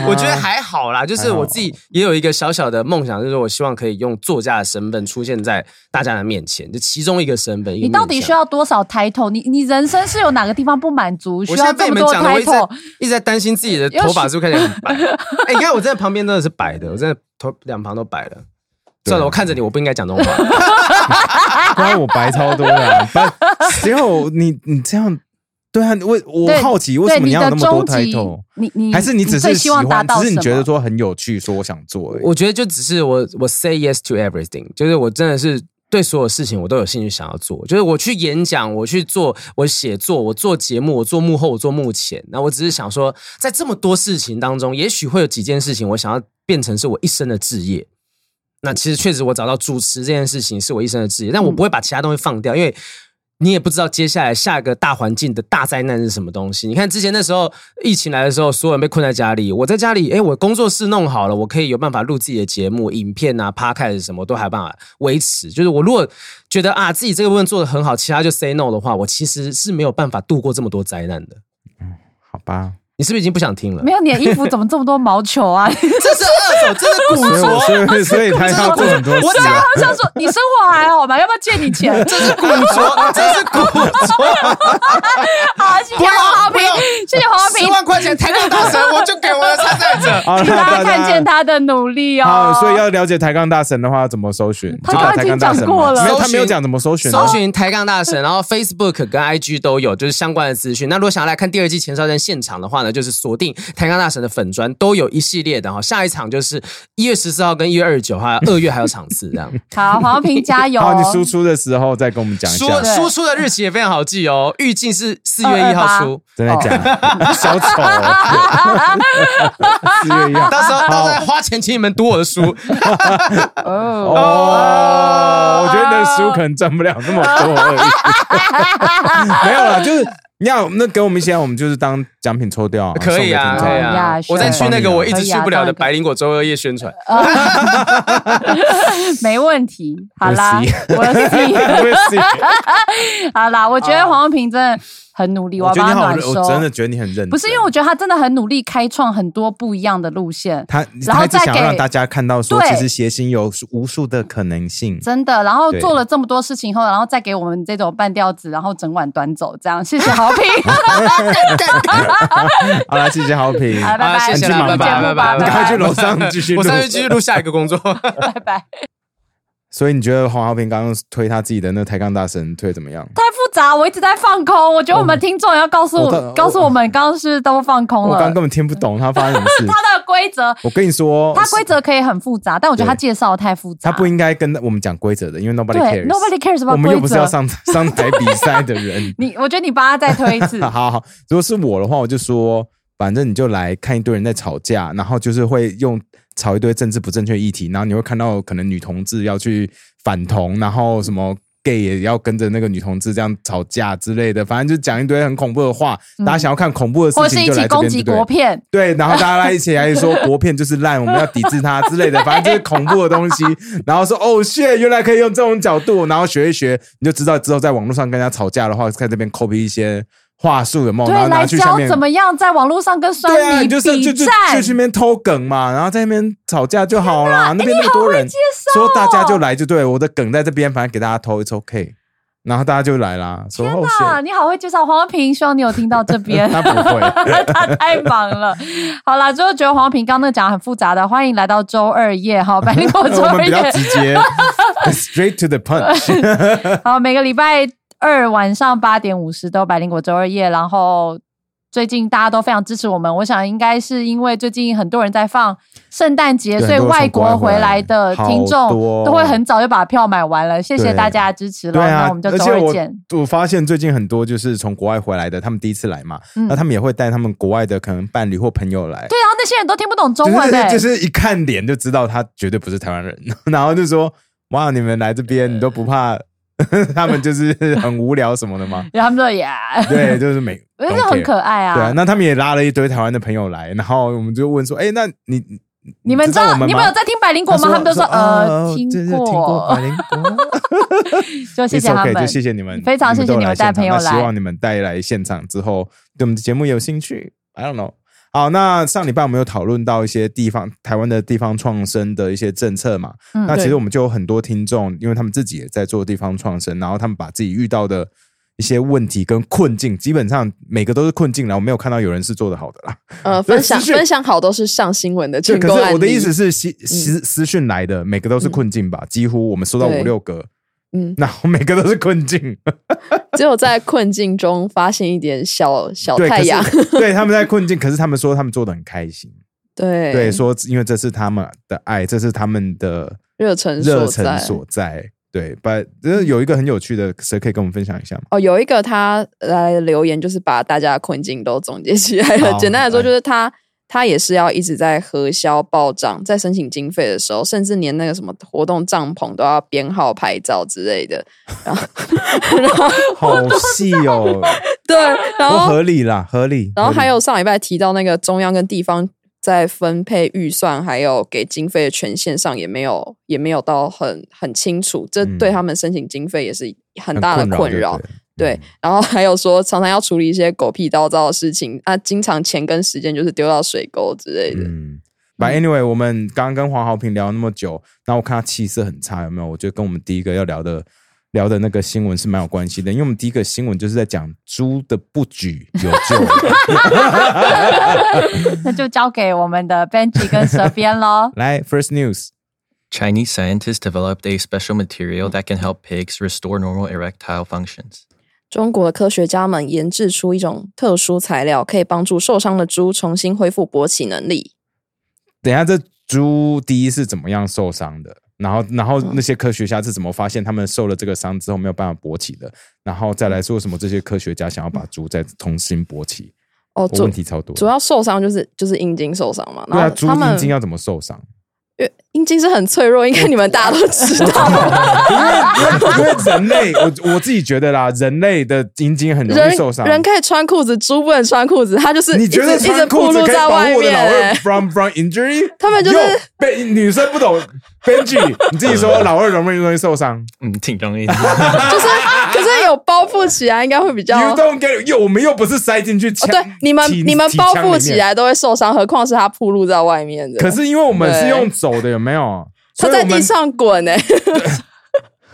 我觉得还好啦，就是我自己也有一个小小的梦想，就是我希望可以用作家的身份出现在大家的面前，就其中一个身份。一个
你到底
面向
需要多少 title？你你人生是有哪个地方不满足，需
我现在
要这
被你
么
们
多
讲的，我一直
title？
一直在担心自己的头发是不是看起来很 白。哎、你看我真的旁边真的是白的，我真的头两旁都白了。
啊
算了，我看着你，我不应该讲这种话。
不然我白超多的、 啊。不，只有你你这样，对啊，为我
对
好奇为
对
什么
你
你要有
的
那么多
终极
title，，
你你
还是你只是
最
喜
希望达
欢，
到
只是你
什
觉得
么
说很有趣，说我想做而已。
我觉得就只是我我 say yes to everything，就是我真的是对所有事情我都有兴趣想要做，就是我去演讲，我去做我写作，我做节目，我做幕后，我做幕前。那我只是想说，在这么多事情当中，也许会有几件事情我想要变成是我一生的志业。那其实确实，我找到主持这件事情是我一生的志业，
嗯
但我不会把其他东西放掉，因为你也不知道接下来下一个大环境的大灾难是什么东西。你看之前那时候疫情来的时候，所有人被困在家里，我在家里，哎，我工作室弄好了，我可以有办法录自己的节目、影片啊、p o d 什么，都还有办法维持。就是我如果觉得啊自己这个部分做的很好，其他就 say no 的话，我其实是没有办法度过这么多灾难的。
好吧，
你是不是已经不想听了
没？有你的衣服怎么这么多毛球 啊？
这是二手，这是古
所以
着
我，所以所以他要做很多
我
事
对
讲
啊，
啊。
我想说你生活还好吗？要不要借你 钱？
这是古着，这是古着。
好，谢谢黄豪平
不要，
谢谢黄豪
十
平，
万块钱抬杠大神， 我就给我的参赛者。
好了，
请大家看见他的努力哦
好，。所以要了解抬杠大神的话，要怎么搜寻？
他
就
刚刚
打抬
已经
杠大神
讲过
吗
了
没有，他
搜寻
没有讲怎么搜寻。
搜寻抬杠大神，然后 Facebook 跟 IG 都有，就是相关的资讯。那如果想要来看第二季前哨战现场的话呢，就是锁定抬杠大神的粉砖，都有一系列的哈。下一场就是一月十四号跟一月二十九号，二月还有场次 这样。
好，黄豪平加油！
好，你输出的时候再跟我们讲一
输
下。
对
输出的日期也非常好记哦，预计是四月一号
228
出，
真的假的？小丑，四月一号。
到时候到时候花钱请你们读我的 书。
哦，
哦，我觉得你的书可能赚不了那么多而已。没有啦，就是你要那给我们一些，我们就是当奖品抽掉、
可以啊，
送
可
给
以
听众
啊
Yeah，，sure
我再去那个我一直去不了
可以啊当然可
的
以
百灵果周二夜宣传。
没问题。好啦，
我
我
我也是
是好啦，我觉得黄宏平真的很努力，
我
要
觉
帮
得
他
你好，
暖
我真的
收。
觉得你很认真。
不是因为我觉得他真的很努力，开创很多不一样的路线，
他，
然
他
后
一直
再
想
给
让大家看到说，
对
其实谐星有无数的可能性。
真的。然后
对
做了这么多事情后，然后再给我们这种半吊子，然后整晚端走，这样谢谢豪 平。
好啦，谢谢好评，
好，拜拜，
啊谢谢
我
啦，
们
拜
节
拜
目
拜
吧
拜，
你
拜
赶快
拜
去楼上继续录
我上去继续录下一个 工作。
拜拜。
所以你觉得黄浩平刚刚推他自己的那个抬杠大神推得怎么样？
太复杂，我一直在放空。我觉得我们听众要告诉
我
我
刚，
告诉我们刚刚是都放空
我
了。
刚刚根本听不懂他发生什么事。
它的规则，
我跟你说，
它规则可以很复杂，但我觉得它介绍得太复杂。
他不应该跟我们讲规则的，因为 nobody
对
cares。
，Nobody cares
我
about
们又
规
不是要
则。
上上台比赛的人
。你，我觉得你帮他再推一次。
好好，如果是我的话，我就说，反正你就来看一堆人在吵架，然后就是会用吵一堆政治不正确议题，然后你会看到可能女同志要去反同，然后什么 gay 也要跟着那个女同志这样吵架之类的，反正就讲一堆很恐怖的话。
嗯
大家想要看恐怖的
或是
事情，
一
就
起
来这
攻
边
击
对不对
国片，
对，然后大家一起来说国片就是烂，我们要抵制它之类的，反正就是恐怖的东西。然后说哦，shit，原来可以用这种角度，然后学一学，你就知道之后在网络上跟人家吵架的话，在这边 copy 一些话术有没有？然
对，
后哦拿
来
去下
教
面
怎么样在网络上跟酸
对啊，
民
你就是就
比
就
战
就。去那边偷梗嘛，然后在那边吵架就好 啦。那边那么多人，说大家就来就对，我的梗在这边，反正给大家偷，it's OK。然后大家就来啦，说哦
啊，
shit，
你好会介绍黄平，希望你有听到这 边。
他不会。
他太忙了。好啦，最后觉得黄平刚刚那讲得很复杂的，欢迎来到周二夜哈，百灵果周
我们
二
比较
夜。
直接 ，straight to the punch。
好，每个礼拜二晚上八点五十都有百灵果周二夜，然后。最近大家都非常支持我们，我想应该是因为最近很多人在放圣诞节，
对
所以
很多人
外
从国
国
外回
回来的
来
听
好
众
多哦
都会很早就把票买完了。谢谢
对
大家的支持了，
对啊
那我们就，
而
周
且
二见。
我我发现最近很多就是从国外回来的，他们第一次来嘛，
嗯
那他们也会带他们国外的可能伴侣或朋友来。
对啊，那些人都听不懂中
就
文欸的、
是就是一看脸就知道他绝对不是台湾人， 然后就说：“哇，你们来这边你都不怕 他们就是很无聊什么的吗
然后他们说呀，？”
对，就是每
我觉
don't
得很
care
可爱啊。
对啊，那他们也拉了一堆台湾的朋友来，然后我们就问说：“哎、那你
你们知道
我们
你
吗
们有在听百灵果吗？他们都说
哦
呃听
对对听过
过
百，灵果。”
就谢谢他
It's
们
okay，就。谢谢你们，
非常谢谢你们带朋友来
你们都有现场那希望你们带来现场之后，对我们的节目有兴趣。I don't know。好，那上礼拜我们有讨论到一些地方台湾的地方创生的一些政策嘛？
嗯
那其实
对
我们就有很多听众，因为他们自己也在做地方创生，然后他们把自己遇到的一些问题跟困境，基本上每个都是困境啦。我没有看到有人是做得好的 啦。
呃，
所以
分享
资讯
分享好都是上新闻的
对，
成
可
功案
是
例。
我的意思，是私
嗯
私私讯来的，每个都是困境吧？几乎我们收到
对
五六个，
嗯，
然后每个都是困境。
只有在困境中发现一点小小
对，
太
可
阳。
是对，他们在困境，可是他们说他们做的很开心。
对
对，说因为这是他们的爱，这是他们的
热忱所
热
在
忱所在。对，把这有一个很有趣的，谁可以跟我们分享一下吗？
哦，有一个他来留言，就是把大家的困境都总结起来了
好。
简单来说，
哦来
就是他他也是要一直在核销报账，在申请经费的时候，甚至连那个什么活动帐篷都要编号、牌照之类的。
好细哦，
对，然
不
后
合理啦，合理。
然后
合理
还有上礼拜提到那个中央跟地方在分配预算还有给经费的权限上，也没有也没有到很很清楚，这
嗯
对他们申请经费也是很
很
大的困扰。
就对了，
对
嗯，
然后还有说，常常要处理一些狗屁叨叨的事情啊，经常钱跟时间就是丢到水沟之类的。
嗯，But anyway，我们刚刚跟黄豪平聊了那么久，然后我看他气色很差，有没有？我觉得跟我们第一个要聊的聊的那个新闻是蛮有关系的，因为我们第一个新闻就是在讲猪的布局有 救。。
那就交给我们的 Benji 跟蛇边喽
来，First News，
Chinese scientists developed a special material that can help pigs restore normal erectile functions.
中国的科学家们研制出一种特殊材料，可以帮助受伤的猪重新恢复勃起能力。
等一下这猪第一是怎么样受伤的？然
嗯
后，然后那些科学家是怎么发现他们受了这个伤之后没有办法勃起的？然后再来说什么这些科学家想要把猪再重新勃起？
哦，
我
主
问题超多。
主要受伤就是就是阴茎受伤嘛，
对
然
啊，
后
猪
他们
阴茎要怎么受伤？
因为阴茎是很脆弱，应该你们大家都知道。
因为人类，我我自己觉得啦，人类的阴茎 很容
人
易受伤。
人可以穿裤子，猪不能穿裤子，它就是
你
一
觉得
直一直
穿
暴
裤子
露
可以
在
保
外
护我的
面、
老二
欸
from from injury？
他们就是
Yo，被女生不懂 Benji，你自己 说老二容不容易受伤？
就是可是有包覆起来，应该会比 较
You don't get，又我们又不是塞进去
哦，
枪、
对，你们
体
你们包覆。
体
起
腔里面
来都会受伤，何况是它铺露在外面的。
可是因为我们是
对
用走的，有没有？
它在地上滚呢、欸，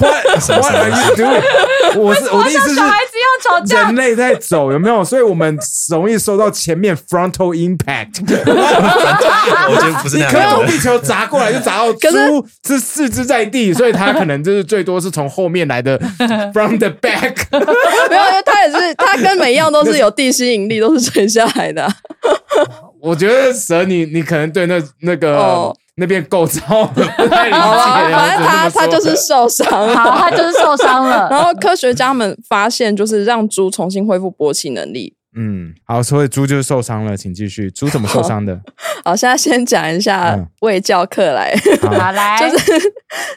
What What are you doing？我 是我的意思
小孩子
是，
要吵架
人，类在走，有没有？所以我们容易受到前面 frontal impact。你可能壁球砸过来就砸 到
可是
猪是四肢在地，所以它可能就是最多是从后面 来的 from the back。
没有，因为它也是，它跟每一样都是有地心引力，都是垂下来的啊、
我觉得蛇你你可能对那那个
哦
那边构造不太理
好吧，
解。
反正它
我只能这么说
它就是受伤 了。
好，他就是受伤了。
然后科学家们发现，就是让猪重新恢复勃起能力，
嗯，好，所以猪就是受伤了，请继续。猪怎么受伤 的？
好，现在先讲一
嗯
下卫教课来，
好来，
就是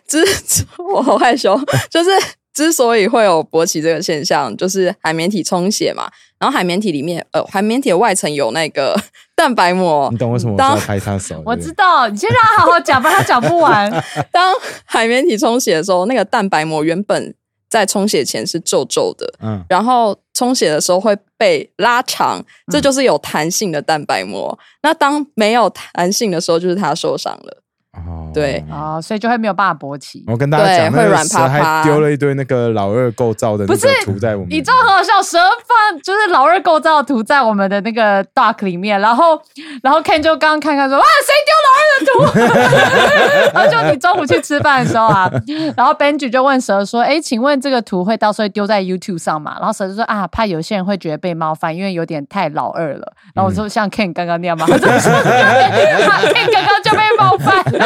之 之我好害羞，就是之所以会有勃起这个现象，就是海绵体充血嘛，然后海绵体里面呃，海绵体的外层有那个蛋白膜
你，懂为什么我
当
要拍他手？
我
对不对
知道，你先让他好好讲，不然他讲不 完。
当海绵体充血的时候，那个蛋白膜原本在充血前是皱皱的，
嗯，
然后充血的时候会被拉长，
嗯
这就是有弹性的蛋白膜。那当没有弹性的时候，就是它受伤了。
哦
对
哦，所以就会没有办法勃起。
我跟大家讲，
对
那
会
个
软
蛇
趴
还
趴
丢了一堆那个老二构造的那
不是
个图在我们，
你知道很好笑，蛇放就是老二构造图在我们的那个 doc 里面，然后然后 Ken 就刚刚看看说哇谁丢老二的图，然后 就你中午去吃饭的时候啊，然后 Benji 就问蛇说，哎，请问这个图会到时候丢在 YouTube 上吗？然后蛇就说啊，怕有些人会觉得被冒犯，因为有点太老二了。然后我说像 Ken 刚刚那样吗？
嗯
他说他 Ken 刚刚就被冒犯。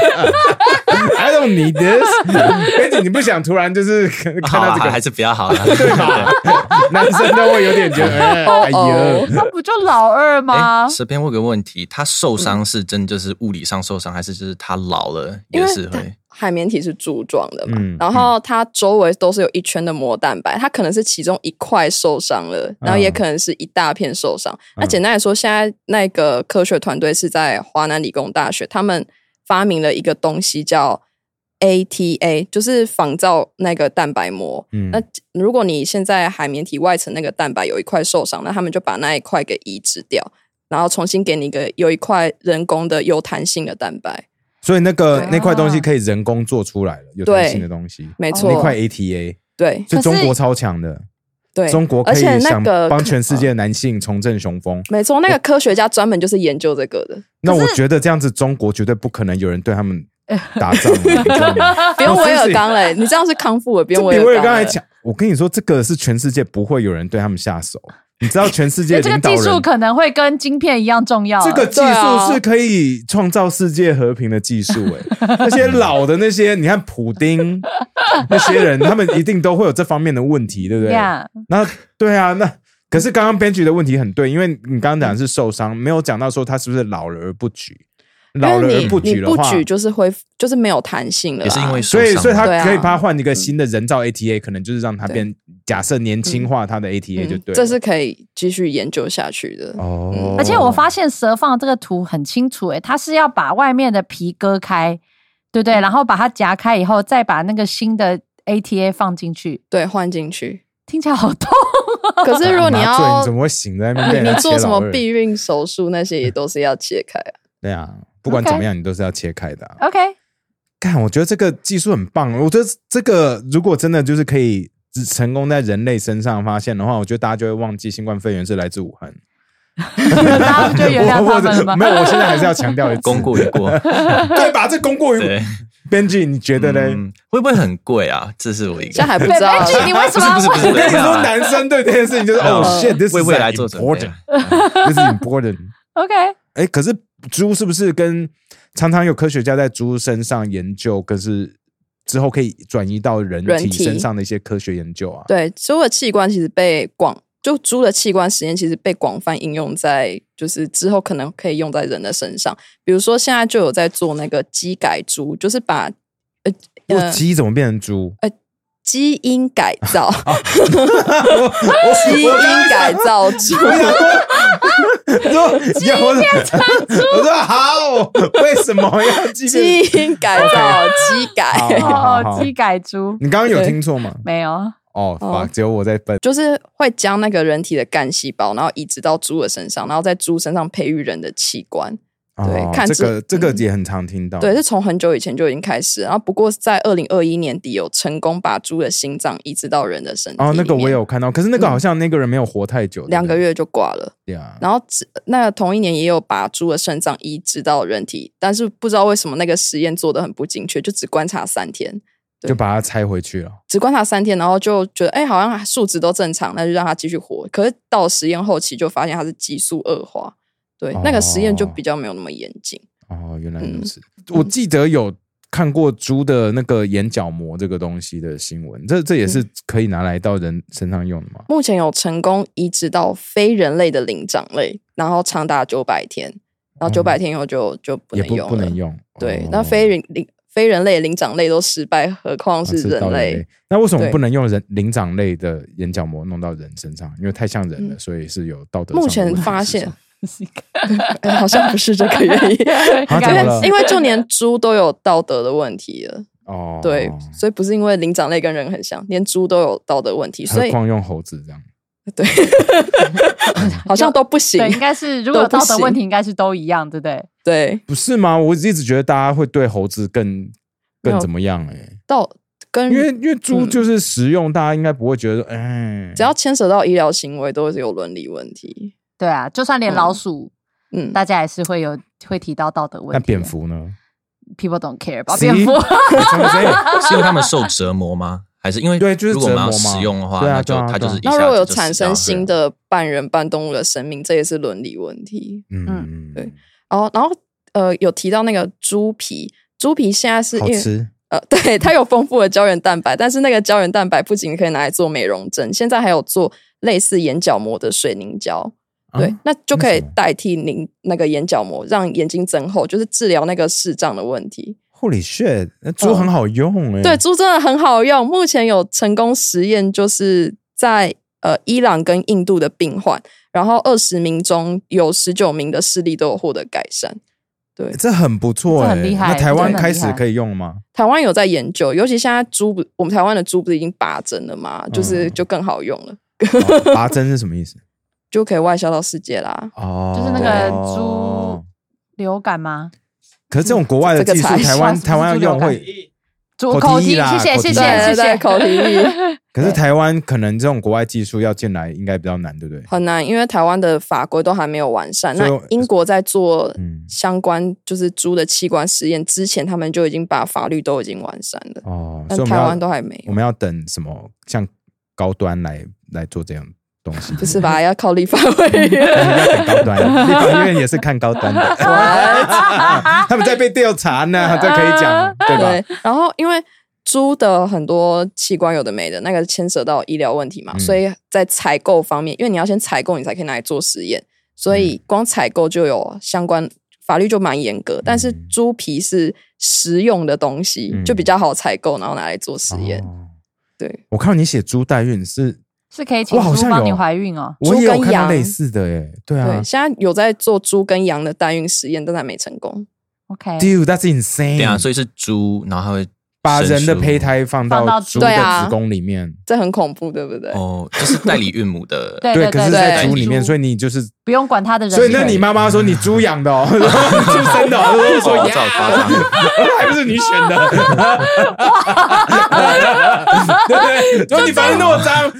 I don't need this。编辑，你不想突然就是看
好
到
了，
这个
还是比较 好了。
男生都会有点觉 得，哎
哦
呀，
那不就老二吗
哎，？蛇边我有个问题，他受伤是真就是物理上受伤，还是就是他老了
因
也
为
是
它
会？
海绵体是柱状的嘛，
嗯
然后它周围都是有一圈的膜蛋白，它可能是其中一块受伤了，
嗯
然后也可能是一大片受伤。那简单来说，现在那个科学团队是在华南理工大学，他们发明了一个东西叫 ATA，就是仿造那个蛋白膜。
嗯
那如果你现在海绵体外层那个蛋白有一块受伤，那他们就把那一块给移植掉。然后重新给你一个有一块人工的有弹性的蛋白，
所以那个
对
那块东西可以人工做出来了，有
对
弹性的东西，
没
哦
错，
那块 ATA，
对
所以
可是
中国超强的，
对，
中国
而
可以
且那
想
个呃
帮全世界的哦男性重振雄风。
没错，那个科学家专门就是研究这个的，
那我觉得这样子，中国绝对不可能有人对他 们打仗了，你知道吗？
不用维尔刚嘞，你这样是康复了，
这
不用
比威
维
尔刚
刚
才
了。
强。我跟你说，这个是全世界不会有人对他们下手。你知道，全世界
哎这 个
领导
技
人
术可能会跟晶片一样重要。
这个技
对
术
啊
是可以创造世界和平的技术、欸， 那些老的那些，你看普 丁那些人，他们一定都会有这方面的问题，对不对
Yeah
那对啊，那可是刚刚编剧的问题很对，因为你刚刚讲的是受伤，没有讲到说他是不是老了而不举，老
因
了
为
而
你
举
你
的
不
话，
举就是恢复，就是没有弹性了啊。
也是因为受
所以
伤
所以他
吗啊
对啊
可以帮他换一个新的人造 ATA，可能就是让他变假设年轻化他的 ATA 就
嗯
对了，
这是可以继续研究下去的。
嗯
哦，
而且我发现蛇放这个图很清楚、欸诶，它是要把外面的皮割开，对不
嗯
对？然后把它夹开以后，再把那个新的 ATA 放进去，
对，换进 去。
听起来好痛。
可是如果你
哎麻醉你
要
怎么会醒在 那边被人
你
家
你
切
做什
老
么
二
避孕手术那些也都是要切开 啊。
对啊，不管怎么
OK
样，你都是要切开的、啊。
OK，
看，我觉得这个技术很棒。我觉得这个如果真的就是可以只成功在人类身上发现的话，我觉得大家就会忘记新冠肺炎是来自武汉。
大家不啊就原谅
我
他
我
们了吗？
没 有，我现在还是要强调一次，
功过 一过，
对吧？这功过于
对
编辑，你觉得嘞？
嗯会不会很贵啊？这是我一
现在
个。
还不
对
知道啊，
，Benji，你为什么要
不是不是
问？
不
我跟
是
你说，男生对这件事情就是
没有
哦，shit，this
为
is
未来做准备
important，this
啊。
is important。
OK，
哎，可是猪是不是跟常常有科学家在猪身上研究，可是之后可以转移到人
人
体
体
身上的一些科学研究啊？
对，猪的器官其实被广，就猪的器官实验其实被广泛应用在，就是之后可能可以用在人的身上。比如说现在就有在做那个基改猪，就是把呃
那
呃
鸡怎么变成猪？
基因改 造，
啊
基因改造猪。
我说鸡变成猪， 我说好，为什么要鸡
基
变？
因改造，基 改
好好
哦
好，
鸡改猪
你刚刚有听错吗？
没有。啊
哦，
哦
fuck，只有我在笨。
就是会将那个人体的干细胞，然后移植到猪的身上，然后在猪身上培育人的器官。对
哦
看
这
这
个这个也很常听到。
对，是从很久以前就已经开始，然后不过在二零二一年底有成功把猪的心脏移植到人的身体。
哦，那个我有，看到，可是那个好像那个人没有活太久，
嗯两个月就挂了。
呀。
然后只那同一年也有把猪的肾脏移植到人体，但是不知道为什么那个实验做的很不精确，就只观察三天，对
就把它拆回去了。
只观察三天，然后就觉得哎、好像数值都正常，那就让它继续活。可是到实验后期就发现它是激素恶化，对，那个实验就
哦
比较没有那么严谨。
哦，原来
嗯
如此。我记得有看过猪的那个眼角膜这个东西的新闻，这这也是
嗯
可以拿来到人身上用的吗？
目前有成功移植到非人类的灵长类，然后长达九百天，然后九百天以后就就不
嗯也
能
不
用了。
不能用。
对
哦，
那非人灵非人类灵长类都失败，何况
啊
是
到
人类？
类。那为什么
对
不能用人灵长类的眼角膜弄到人身上？因为太像人了，
嗯
所以是有道德上的
目
问题。
前发现
是吗，
哎好像不是这个原因，
啊
因
怎么
为
了
因为就连猪都有道德的问题了。
哦，
对，所以不是因为灵长类跟人很像，连猪都有道德问题，所
何
以
况用猴子这样。
对，好像都不行
对，。应该是如果有
都
道
不
德问
行
题，应该是都一样，对不对？
对，
不是吗？我一直觉得大家会对猴子更
没
更
有
怎么样哎、
道跟
因为因为猪
嗯
就是食用，大家应该不会觉得哎，
只要牵扯到医疗行为，都是有伦理问题。
对啊，就算连
嗯
老鼠，
嗯，
大家也是会有会提到道德问题。
那
啊
蝙蝠 呢？
，people don't care 吧？
See？
蝙蝠
怎么这
是因为他们受折磨吗？还是因为
对就是
如果我们要
折磨嘛
使用的话，
对啊
那就
对啊
它
对
就
啊
是一下
那
子
如
就
果有
死
产
掉
生
了
新的半人半动物的生命，这也是伦理问题。
嗯，
对，哦，然后呃，有提到那个猪皮，猪皮现在是因
好
为
吃
呃， 对，它有丰富的胶原蛋白，但是那个胶原蛋白不仅可以拿来做美容针，现在还有做类似眼角膜的水凝胶。
啊
对，那就可
为
以
什么
代替您那个眼角膜，让眼睛增厚，就是治疗那个视障的问题。
，Holy shit，那猪很好用哎、
哦对，猪真的很好用。目前有成功实验，就是在呃伊朗跟印度的病患，然后二十名中有十九名的视力都有获得改善。对，
这很不错
这
哎、
很厉害
那台湾
这很厉害
开始可以用了 吗？
台湾有在研究，尤其现在猪不，我们台湾的猪不是已经拔针了吗？就是
嗯
就更好用了，
哦拔针是什么 意思？
就可以外销到世界啦。
哦，
就是那个猪。流感吗？
可是这种国外的技术，
嗯这个才
台 湾
是
台湾要用
口
会，
猪
口
口
蹄疫
蹄，
啦
谢谢
口蹄
谢
疫
对
谢谢
对对，
谢。
口蹄疫
可是台湾可能这种国外技术要进来应该比较难，对不对？
很难，因为台湾的法规都还没有完善。
所
那
以
英国在做
嗯
相关就是猪的器官实验之前，他们就已经把法律都已经完善了，
哦，所
但
以我们
台
要
湾都还没
我
有。
们要等什么像高端来来做这样东西？
不是吧？要靠立法委 员。
要等高端， 立法院也是看高端的， 他们在被调查呢， 这可以讲对吧？
啊对，然后因为猪的很多器官有的没的，那个牵涉到医疗问题嘛，
嗯
所以在采购方面，因为你要先采购，你才可以拿来做实验，所
嗯
以光采购就有相关法律就蛮严格。但是
嗯
猪皮是食用的东西，
嗯
就比较好采购，然后拿来做实验。
哦
对，
我看到你写猪代孕是，
是可以请
我好
猪
像
帮你
有
怀孕哦。
我也有看
猪
到
跟羊
类似的耶，对啊
对，现在有在做猪跟羊的代孕实验，但还没成功。
OK，
，Dude that's insane，
对啊，所以是猪，然后它会
把人的
生出
胚胎放
放
到
到
猪
猪
的
对啊
子宫里面，
这很恐怖，对不对？
哦，就是代理孕母 的
对
可
对
是在
对
猪里面，
猪
所以你就是。
不用管他的人
所以，那
权
你妈妈说你猪养 的哦，然后你猪生的哦，我就说
我
呀
早夸张，
还不是你选的，对不对？说你房间那么脏，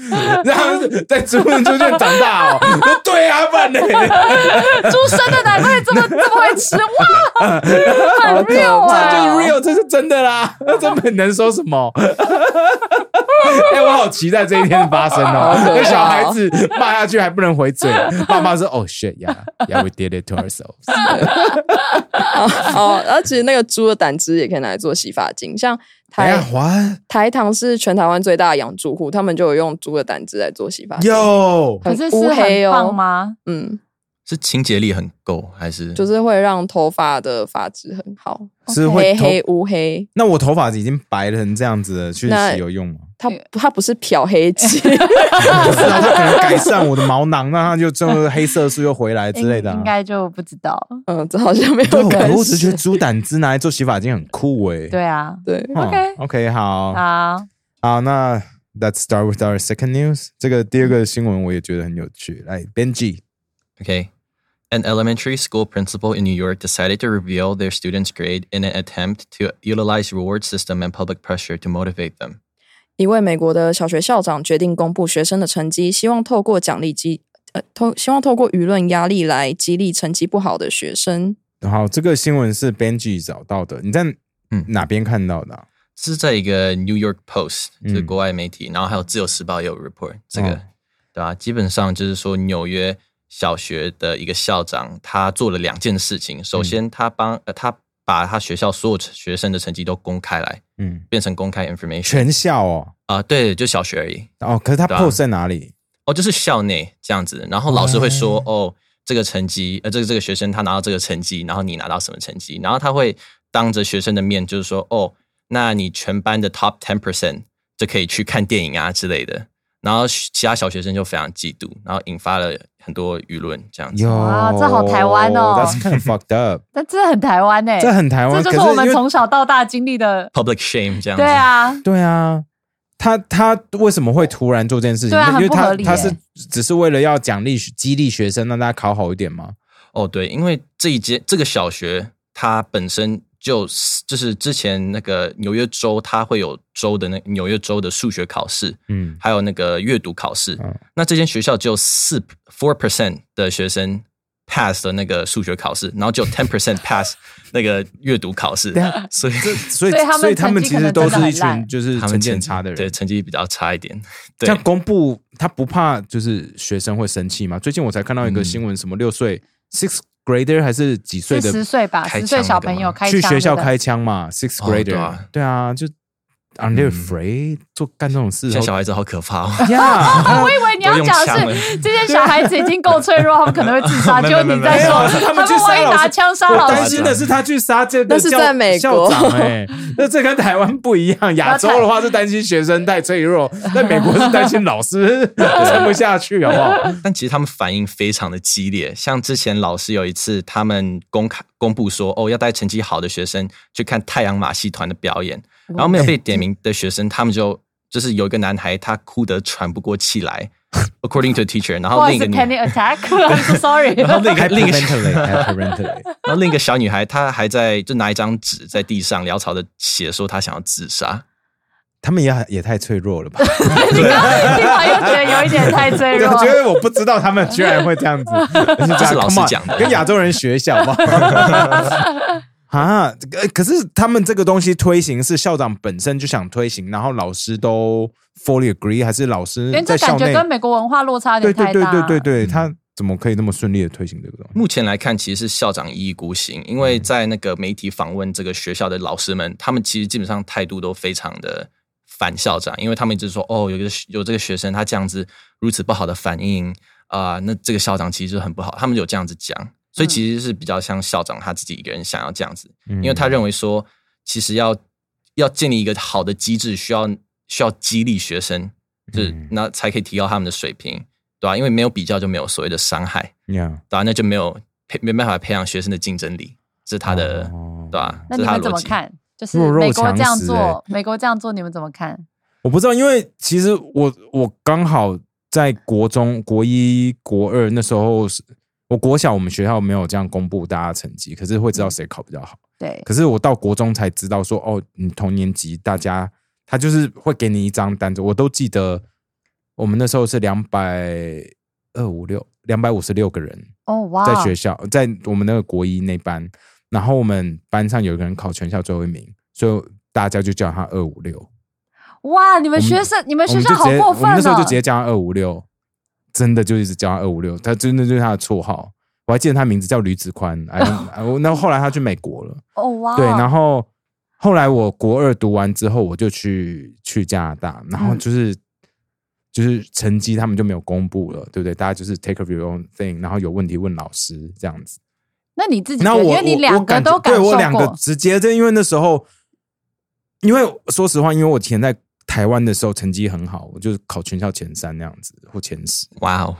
然后在猪猪圈长大哦， 对啊，不然呢？
猪生的奶会这么这么会 吃哇，很 real
这就是
啊！
real，这是真的啦，这没能说什么。 哎、我好期待这一天发生哦！
好可怕哦
那小孩子骂下去还不能回嘴，爸妈说：“哦、shit，yeah，yeah，we did it to ourselves。
哦，然后其实那个猪的胆汁也可以拿来做洗发精，像”
哎
台
呀，还
台糖是全台湾最大的养猪户，他们就有用猪的胆汁来做洗发精。
有
可是
很乌
是
黑
很
哦
棒吗？
嗯，
是清洁力很够还是
就是会让头发的发质很好，
是会
黑
头
黑乌黑。
那我头发已经白成这样子了，去
那
洗有用吗？
它它不是漂黑剂，
不知道他可能改善我的毛囊，让它就这个黑色素又回来 之类的、啊。
应该就不知道。
嗯，这好像没
对，
有
我
关
我只是觉
系
得。猪胆汁拿来做洗发精很酷诶、
对啊，
对，
哼
OK
OK，好，
好，
好，那 Let's start with our second news。这个第二个新闻我也觉得很有趣。来，Benji，
Okay. An elementary school principal in New York decided to reveal their students' grade in an attempt to utilize reward system and public pressure to motivate them.
一位美国的小学校长决定公布学生的成绩，希望透过奖励机呃，透希望透过舆论压力来激励成绩不好的学生。
好，这个新闻是 Benji 找到的，你在
嗯
哪边看到的啊、
这是在一个 New York Post
嗯。
这是国外媒体，然后还有《自由时报》也有啊 report
哦。嗯
这个，对吧？基本上就是说纽约小学的一个校长，他做了两件事情。首先，他帮呃他把他学校所有学生的成绩都公开来，
嗯，
变成公开 information
全校哦，
啊、对，就小学而已。
哦，可是他
对啊
post 在哪里？
哦，就是校内这样子，然后老师会说，哦，这个成绩，呃，这个这个学生他拿到这个成绩，然后你拿到什么成绩，然后他会当着学生的面就是说，哦，那你全班的 top ten percent 就可以去看电影啊之类的，然后其他小学生就非常嫉妒，然后引发了很多舆论这样子。
有，
哇这好台湾哦
，That's kind of fucked up，
但这很台湾哎、
这很台湾，
这
可
就是是我们
因为
从小到大经历的。
public shame 这样子。
对，啊，
对啊，他他为什么会突然做这件事情？
对啊
因为
很不
他
合理
他
耶
是只是为了要奖励激励学生，让大家考好一点吗？
哦对，因为这一间这个小学它本身就是就是之前那个纽约州，它会有州的那纽约州的数学考试，
嗯，
还有那个阅读考试。
嗯
那这间学校只有四 four percent 的学生 pass 的那个数学考试，然 后只有 ten percent pass 那个阅读考试
对啊，
所以
这所以
所以他们
所以他们
成绩
其
可
实
能
都
真的
是一
很烂
群就是
他
成
们
绩很
成
差的人，
对成绩比较差一 点。
这
对
样，公布他不怕就是学生会生气吗？最近我才看到一个新闻，什
嗯
么六岁 six grader 还是几岁
是
的
十岁吧，
开
十
枪
岁小朋友
那个吗
开
去学校
那个
开枪嘛，six
哦对
grader，、
啊
对啊，就 are they afraid、做干这种事？
现在小孩子好可怕哦。
呀，
我以为你要讲
都
的
用
是 这些小孩子已经够脆弱，他们可能会自杀，
没
结
有
果
没有
你在说
没有是他们去
们
杀
万一
老师
拿枪杀
我
老
担
师，
心的是他去杀这个
那是
校
在美
校
国
长哎、那这跟台湾不一样。亚洲的话是担心学生太脆弱，在美国是担心老师 撑不下去，好不好？
但其实他们反应非常的激烈，像之前老师有一次，他们公开公布说，哦，要带成绩好的学生去看太阳马戏团的表演，然后没有被点名的学生，他们就就是有一个男孩，他哭得喘不过气 来，according to teacher，然后
或
另
者
一个
是
女
panic attack，I'm so sorry。
然后另一个另一个
parentally，
然后另一个小女孩，她还在就拿一张纸在地上潦草的写说她想要自杀，
他们也也太脆弱了吧？
你刚刚听完又觉得有一点太脆
对，
弱
我，觉得我不知道他们居然会这样子，而且
这是老师
come on，
讲的
跟亚洲人学一下好不好？ 啊，呃可是他们这个东西推行是校长本身就想推行，然后老师都 fully agree，还是老师
因为
在
这
校
感觉
内？
跟美国文化落差有
对
点太
对对
大。
对对对，他怎么可以那么顺利的推行这个东西？
目前来看，其实是校长一意孤行，因为在那个媒体访问这个学校的老师们，他们其实基本上态度都非常的反校长，因为他们一直说哦，有一个有这个学生他这样子如此不好的反应啊、那这个校长其实就很不好，他们有这样子讲，所以其实是比较像校长他自己一个人想要这样子，
因
因为他认为说，其实要要建立一个好的机制，需要需要激励学生，就是
嗯
那才可以提高他们的水平，对啊吧、因为没有比较就没有所谓的伤害。
呀，
对啊，那就没有培没办法培养学生的竞争力，这是他的、
哦
对啊
那你们怎么看？就是
弱肉
美国这样
强食欸
做，美国这样做，你们怎么看？
我不知道，因为其实我我刚好在国中国一国二那时候是，我国小我们学校没有这样公布大家成绩，可是会知道谁考比较好。
对，
可是我到国中才知道说，哦，你同年级大家他就是会给你一张单子，我都记得我们那时候是两百二五六两百五十六个人，
哦哇，
在学校，在我们那个国一那班，然后我们班上有一个人考全校最后一名，所以大家就叫他二五六。
哇，你们
我们
学生，你们
我
学
们就
校
直
好
接，
过
我
分
们那时候就
哦
直！接叫他二五六，真的就一直叫他二五六，他真的就是他的绰号。我还记得他名字叫吕子宽，哎， 我那后来他去美国了，
哦哇，
对，然后后来我国二读完之后，我就去去加拿大，然后
嗯
就是、就是成绩他们就没有公布了，对不对？大家就是 take of your own thing，然后有问题问老师这样子。
那你自己觉
那
得，
我
因
我
为你两
我
个
感觉
都感
对我
受
两个
过，
直接，就因为那时候，因为说实话，因为我以前在台湾的时候成绩很好，我就是考全校前三那样子或前十，
哇哦，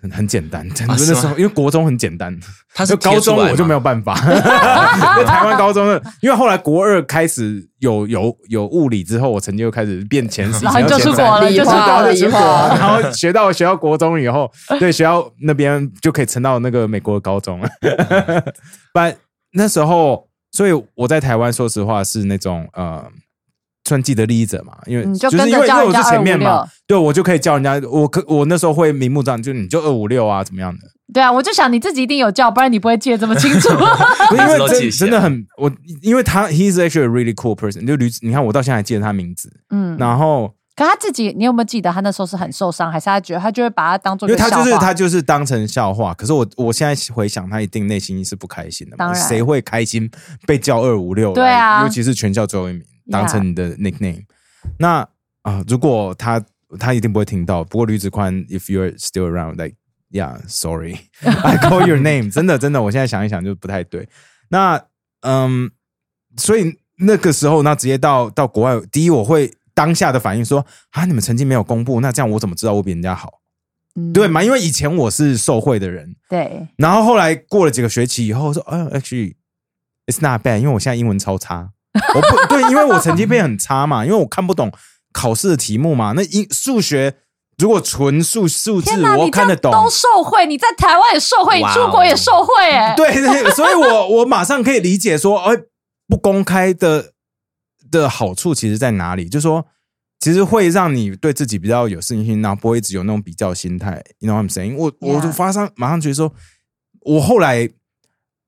很很简单。真的
啊
那
是
时
吗
候因为国中很简单，
他是
就高中我就没有
有
办 法。 就台湾高中的，因为后来国二开始有有有物理之后，我成绩又开始变前十，
然后你就
前
出国
三
了，你就出国了
理化理化
然后学到学到国中以后，对学校那边就可以升到那个美国的高中了。 但那时候，所以我在台湾，说实话是那种呃，算既得利益者嘛，因为、
嗯就
就是
跟
因
着
为因
叫
为
人
我
家
是前面嘛
256，
对我就可以叫人家，我可我那时候会明目张胆，就你就二五六啊，怎么样的？
对啊，我就想你自己一定有叫，不然你不会记得这么 清楚。
不是因
一直
为
都
真
记起
真
来
的很我，因为他 he's actually a really cool person，就吕，你看我到现在还记得他名字，
嗯，
然后
可他自己，你有没有记得他那时候是很受伤，还是他觉得他就会把它当做
因
一
为
个笑
他
话？
就是他就是当成笑话。可是我我现在回想，他一定内心是不开心的嘛。
当然
谁会开心被叫二五六？
对啊
尤其是全校最后一名，当成你的 nickname。那啊、如果他他一定不会听到。不过吕子宽，if you're still around，like yeah sorry I call your name，真 的真的，我现在想一想就不太对。那嗯，所以那个时候，那直接到到国外，第一我会当下的反应说啊，你们成绩没有公布，那这样我怎么知道我比人家好？
嗯
对嘛？因为以前我是受贿的人，
对，
然后后来过了几个学期以后，我说，哎、a c t u a l l y it's not bad，因为我现在英文 超差，我不对，因为我成绩变很差嘛，因为我看不懂考试的题目嘛。那英数学如果纯数数
天
字
哪，
我
你这
看得
样
懂，
都受贿，你在台湾也受贿，你
哇哦
出国也受贿，哎，
对，对所以我 我马上可以理解说，哎、不公开的的好处其实在哪里？就是说，其实会让你对自己比较有信心，然后不会一直有那种比较心态。You know what I'm saying？我我
Yeah.
就发上马上觉得说，我后来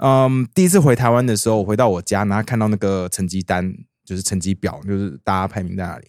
嗯，第一次回台湾的时候，我回到我家，然后看到那个成绩单，就是成绩表，就是大家排名在哪里。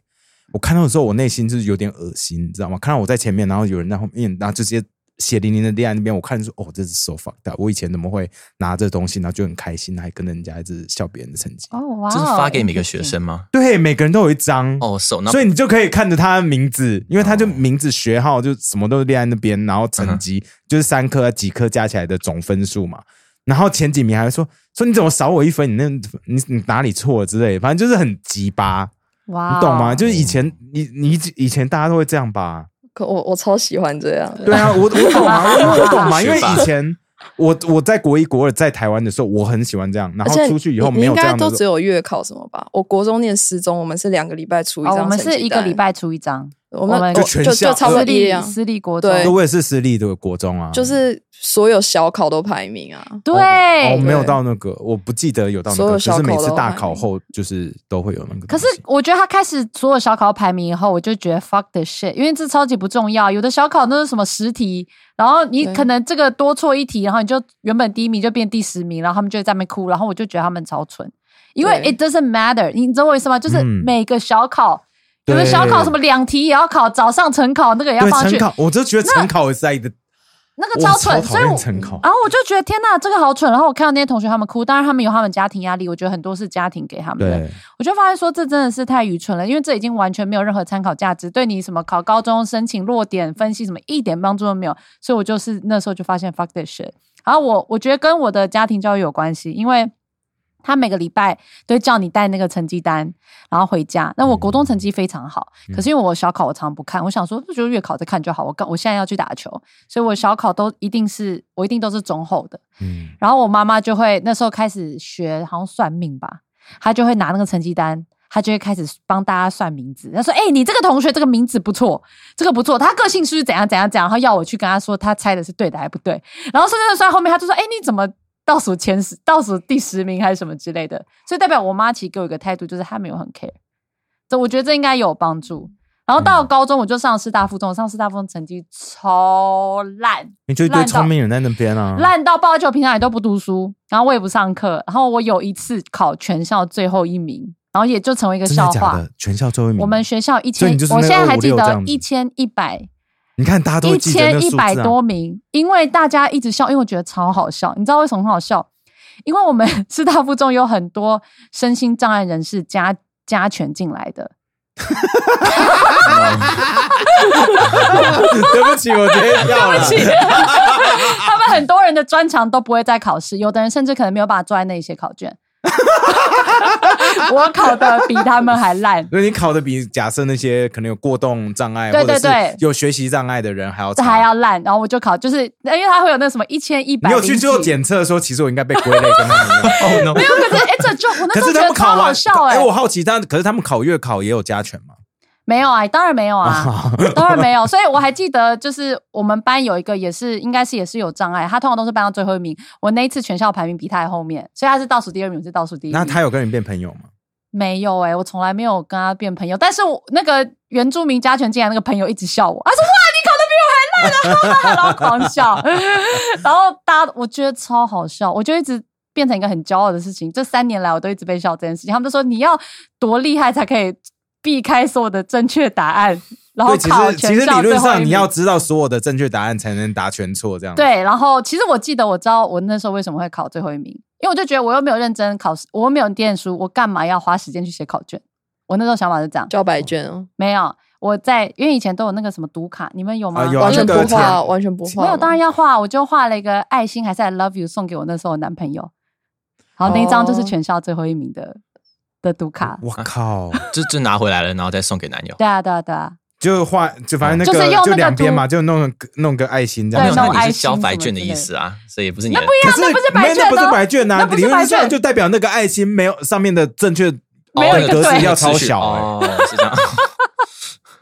我看到的时候，我内心就是有点恶心，你知道吗？看到我在前面，然后有人在后面，然后就直接血淋淋的立在那边，我看着说，哦，这是 so fucked up。我以前怎么会拿这东西，然后就很开心，还跟人家一直笑别人的成绩？
哦哇哦，
这是发给每个学生吗？
对，每个人都有一张
哦，手那
所以你就可以看着他的名字，因为他就名字、学号就什么都列在那边，然后成绩、就是三科几科加起来的总分数嘛。然后前几名还会说说你怎么少我一分，你那你你哪里错了之类的，反正就是很鸡巴，
哇哦，
你懂
啊
吗？就是以前你你以前大家都会这样吧？
可我我超喜欢这样的，
对啊，我我懂 啊，因为我懂嘛，因为
学霸
以前我我在国一国二在台湾的时候，我很喜欢这样，然
而
后
且
出去以后
你
没有
你
这
应该
样的
都
时候
只有月考什么吧？我国中念私中，我们是两个礼拜出一
哦，
张、
我们是一个礼，拜出一张，
我们
我们
我
就全
就
校
就差不多
私
一
立
样，
私立国中，
对
我也是私立的国中啊，
就是所有小考都排名啊。
我
对。
哦没有到那个，我不记得有到那
所
个，
有
只
小
是
口
每次
的
大
话
考后就是都会有那个东西。
可是我觉得他开始所有小考排名以后，我就觉得 fuck the shit，因为这超级不重要。有的小考那是什么十题，然后你
对
可能这个多错一题，然后你就原本第一名就变第十名，然后他们就会在那边哭，然后我就觉得他们超蠢，因为
对
it doesn't matter，你知道我意思吗？就是
嗯
每个小考，有的
对
小考什么两题也要考，早上晨考那个也要
对
放
晨
去，
考，我就觉得晨考也是一个，
那个
我
超
超
蠢，
讨
所以我
厌晨考。
然后我就觉得天呐，这个好蠢。然后我看到那些同学他们哭，当然他们有他们家庭压力，我觉得很多是家庭给他们的。
对，
我就发现说这真的是太愚蠢了，因为这已经完全没有任何参考价值，对你什么考高中申请落点分析什么一点帮助都没有。所以我就是那时候就发现 fuck this shit。然后我我觉得跟我的家庭教育有关系，因为他每个礼拜都会叫你带那个成绩单，然后回家。那我国中成绩非常好，可是因为我小考我常不看，我想说就月考再看就好。我刚我现在要去打球，所以我小考都一定是我一定都是中后的。
嗯，
然后我妈妈就会那时候开始学，好像算命吧，她就会拿那个成绩单，她就会开始帮大家算名字。她说：“哎、你这个同学这个名字不错，这个不错，他个性是不是怎样怎样怎样？”然后要我去跟她说，她猜的是对的还不对。然后算算算，后面她就说：“哎、你怎么？”倒数前十、倒数第十名还是什么之类的，所以代表我妈其实给我一个态度，就是她没有很 care。这我觉得这应该有帮助。然后到了高中，我就上师大附中，上师大附中成绩超烂，
你就一堆
烂到
聪明人在那边啊，
烂到爆，就平常也都不读书，然后我也不上课，然后我有一次考全校最后一名，然后也就成为一个
真
笑
的假
话。
的？全校最后一名，
我们学校一
所以
千
你就，是那
我
个
现在还记
256这
得
样子
一千一百
你看大家都
一
会记得那
千
个
一
数
百
字啊
多，名，因为大家一直笑，因为我觉得超好笑。你知道为什么很好笑？因为我们师大附中有很多身心障碍人士加加权进来的，
对不起，我直接笑了。
他们很多人的专长都不会在考试，有的人甚至可能没有办法做在那一些考 卷。我考的比他们还烂，
因为你考的比假设那些可能有过动障碍，
对
或者是
对对
有学习障碍的人还要
这
差
还要烂，然后我就考，就是因为它会有那什么一千一百，
你有去做检测说，其实我应该被归类跟他们一样哦 no。
没有？可是哎、这就 我那
可
时候
是
觉
他
得
们
超
考
好
完，
笑哎、
我好奇，但可是他们考月考也有加权嘛？
没有啊，当然没有
哦
啊， 当然没有。所以我还记得，就是我们班有一个也是，应该是也是有障碍，他通常都是班上最后一名。我那一次全校排名比他还后面，所以他是倒数第二名，我是倒数第一名。
那他有跟你变朋友吗？
没有哎、我从来没有跟他变朋友。但是我那个原住民加权进来那个朋友一直笑我，他说哇，你考的比我还烂啊，然后狂笑， 然后大家我觉得超好笑，我就一直。变成一个很骄傲的事情。这三年来，我都一直被笑这件事情。他们都说你要多厉害才可以避开所有的正确答案，然后
对，其
考
实其
全
实理
校最
论
后一
上你要
名。
知道所有的正确答案才能答全错，这样。
对，然后其实我记得，我知道我那时候为什么会考最后一名，因为我就觉得我又没有认真考试，我又没有念书，我干嘛要花时间去写考卷？我那时候想法是这样，
交白卷哦，
没有我在，因为以前都有那个什么读卡，你们有吗？
啊有啊
完全
那个
不画，完全不画。
没有，当然要画，我就画了一个爱心，还是 I love you 送给我那时候我男朋友。然后那一张
哦
就是全校最后一名的、的读卡。
我靠，
就就拿回来了，然后再送给男友。
对啊，对啊，对啊，
就画就反正那
就是用
个
那个
两边
图
嘛，就弄个弄个爱心这
对
没有，
样。
弄
那
爱
你是
心
交
什
白
么
卷
之
的
类
意
的
思啊，所以也不是你
那
的
不。一
可
样，
是
那不是白
没那
卷哦
不是
的
白卷呐
那，不是
理论
白
上
卷
就代表那个爱心没有上面的正确，
没有
哦
一个
那
对
格式要
次序
超小欸
哦，是这样。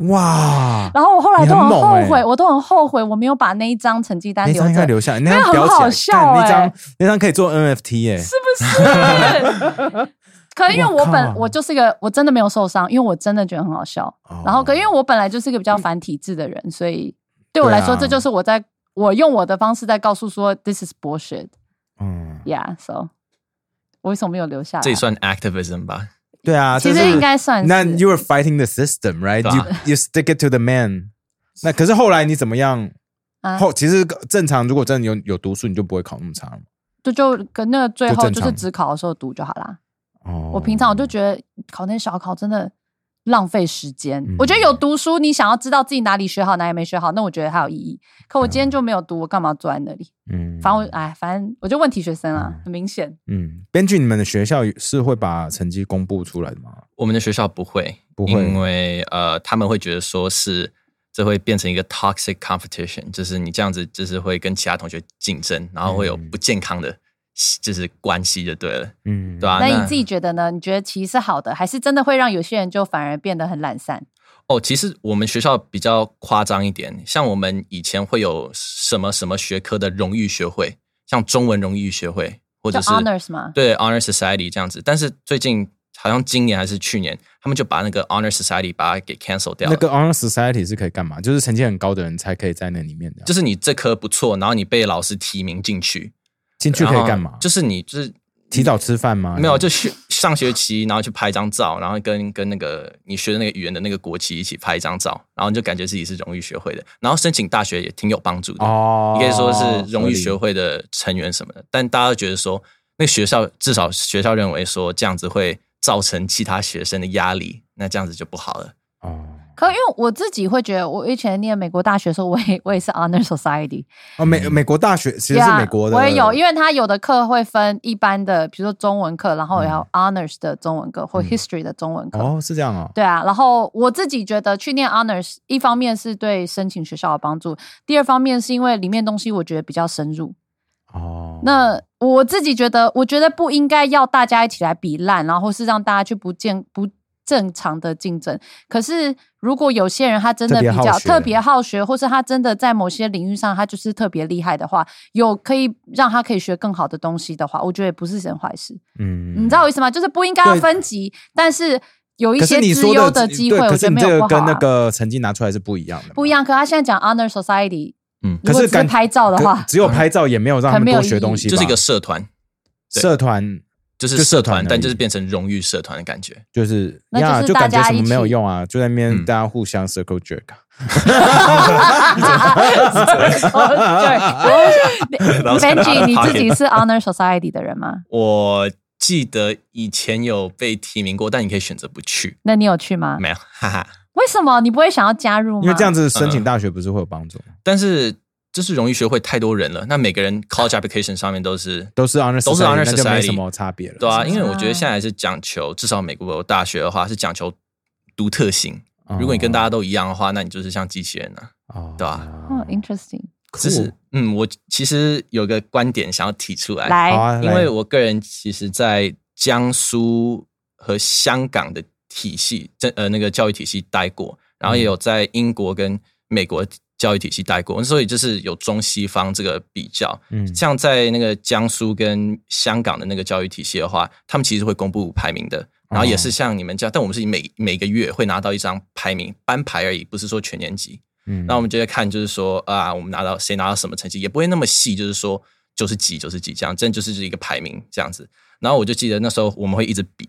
哇，
然后我后来
你
都
很
很
猛
后
欸
悔，我都很后悔我没有把那一张成绩单
那
留
张应该
着，
留下来，
因
那
为
张
很
裱起
好
来，
笑
干那
欸
张那张可以做 NFT 耶，
是不是？ 可能因为
我
我
靠
本我就是一个我真的没有受伤，因为我真的觉得很好笑。
哦嗯
然后，可因为我本来就是一个比较反体制的人，所以对我来说，
对啊
这就是我在我用我的方式在告诉说，this is bullshit。
嗯，
Yeah, so 我为什么没有留下来？啊
这也算 activism 吧？
对啊，
其
这
实
是
应该算是。
那 you are fighting the system, right?
对
You
啊
you stick it to the man. 那可是后来你怎么样？
啊
后其实正常，如果真的有有读书，你就不会考那么差了嘛。
就就跟那个最
就
后
正
就
常
是只考的时候读就好啦。
哦
我平常我就觉得考那些小考真的浪费时间。
嗯
我觉得有读书，你想要知道自己哪里学好，哪里没学好，那我觉得还有意义。可我今天就没有读，我干嘛坐在那里？
嗯
反正我哎，反正我就问题学生啊
嗯，
很明显。
嗯，编剧，你们的学校是会把成绩公布出来的吗？
我们的学校不会，
不会
因为呃，他们会觉得说是这会变成一个 toxic competition，就是你这样子就是会跟其他同学竞争，然后会有
嗯
不健康的就是关系就对了，
嗯，
对啊，
那
那
你自己觉得呢？你觉得其实是好的，还是真的会让有些人就反而变得很懒散？
哦，其实我们学校比较夸张一点，像我们以前会有什么什么学科的荣誉学会，像中文荣誉学会，或
就
者是
honors 吗？
对 Honor Society 这样子。但是最近好像今年还是去年，他们就把那个 Honor Society 把它给 cancel 掉
那
了。
个 honor society 是可以干嘛？就是成绩很高的人才可以在那里面的，
就是是你这科不错，然后你被老师提名进去，
进去可以干嘛？
就是是你就是
提早吃饭吗？
没有，就学上学期，然后去拍一张照，然后跟跟那个你学的那个语言的那个国旗一起拍一张照，然后你就感觉自己是荣誉学会的，然后申请大学也挺有帮助的。
哦，
你可以说是荣誉学
合理
会的成员什么的，但大家都觉得说，那个学校至少学校认为说这样子会造成其他学生的压力，那这样子就不好了。
哦
可因为我自己会觉得，我以前念美国大学的时候，我也我也是 honor society，
哦，美美国大学其实是
Yeah，
美国的，
我也有，因为他有的课会分一般的，比如说中文课，然后也有 honors 的中文课或
嗯
history 的中文课。
哦是这样哦，
对啊，然后我自己觉得去念 honors，一方面是对申请学校有帮助，第二方面是因为里面东西我觉得比较深入。
哦，
那我自己觉得，我觉得不应该要大家一起来比烂，然后是让大家去不健不正常的竞争。可是如果有些人他真的
特别
比较
好学
特别好学，或是他真的在某些领域上他就是特别厉害的话，有可以让他可以学更好的东西的话，我觉得也不是件坏事。
嗯
你知道我意思吗？就是不应该要分级，但是有一
可是
些
你
资
说
优
的
机
对
会，我觉
可是
得
你
没
这
有
个
不好、
跟那
啊。
个成绩拿出来是不一样的嘛，
不一样，可他现在讲 honor society，
嗯
如
可
果
是
只是
感
拍照的
啊可
话，
只有拍照也没有让他们多学东西吧，
就是一个社团，对
社团，
就是
就社
社
团而
团
已，
但就是变成荣誉社团的感觉。
就是
那就是
呀，就感觉
大家
什么
一起
没有用啊，就在那边
嗯
大家互相 circle jerk 啊。
That was kinda out
Benji，
of
你自己
pocket
是 Honor Society 的人吗？
我记得以前有被提名过，但你可以选择不去，
那你有去吗？
没有，哈哈。
为什么你不会想要加入吗？
因为这样子申请大学不是会有帮助吗，
但是就是荣誉学会太多人了，那每个人 college application 上面都是
都是 honor
都是
那
honor
就没
society
什么差别了。
对啊，
是
因为我觉得现在是讲求，至少美国大学的话是讲求独特性。
哦
如果你跟大家都一样的话，那你就是像机器人啊。
哦
对
哦，interesting，
就
Cool
是嗯，我其实有个观点想要提出来，
好
来，
啊，
因
来
为我个人其实，在江苏和香港的体系，这呃那个教育体系待过，然
嗯
后也有在英国跟美国教育体系待过，所以就是有中西方这个比较。
嗯
像在那个江苏跟香港的那个教育体系的话，他们其实会公布排名的，然后也
哦
是像你们这样，但我们是每每个月会拿到一张排名班排而已，不是说全年级。
嗯
那我们就会看，就是说啊，我们拿到谁拿到什么成绩，也不会那么细，就是说九十几、九十几这样，真的就是一个排名这样子。然后我就记得那时候我们会一直比，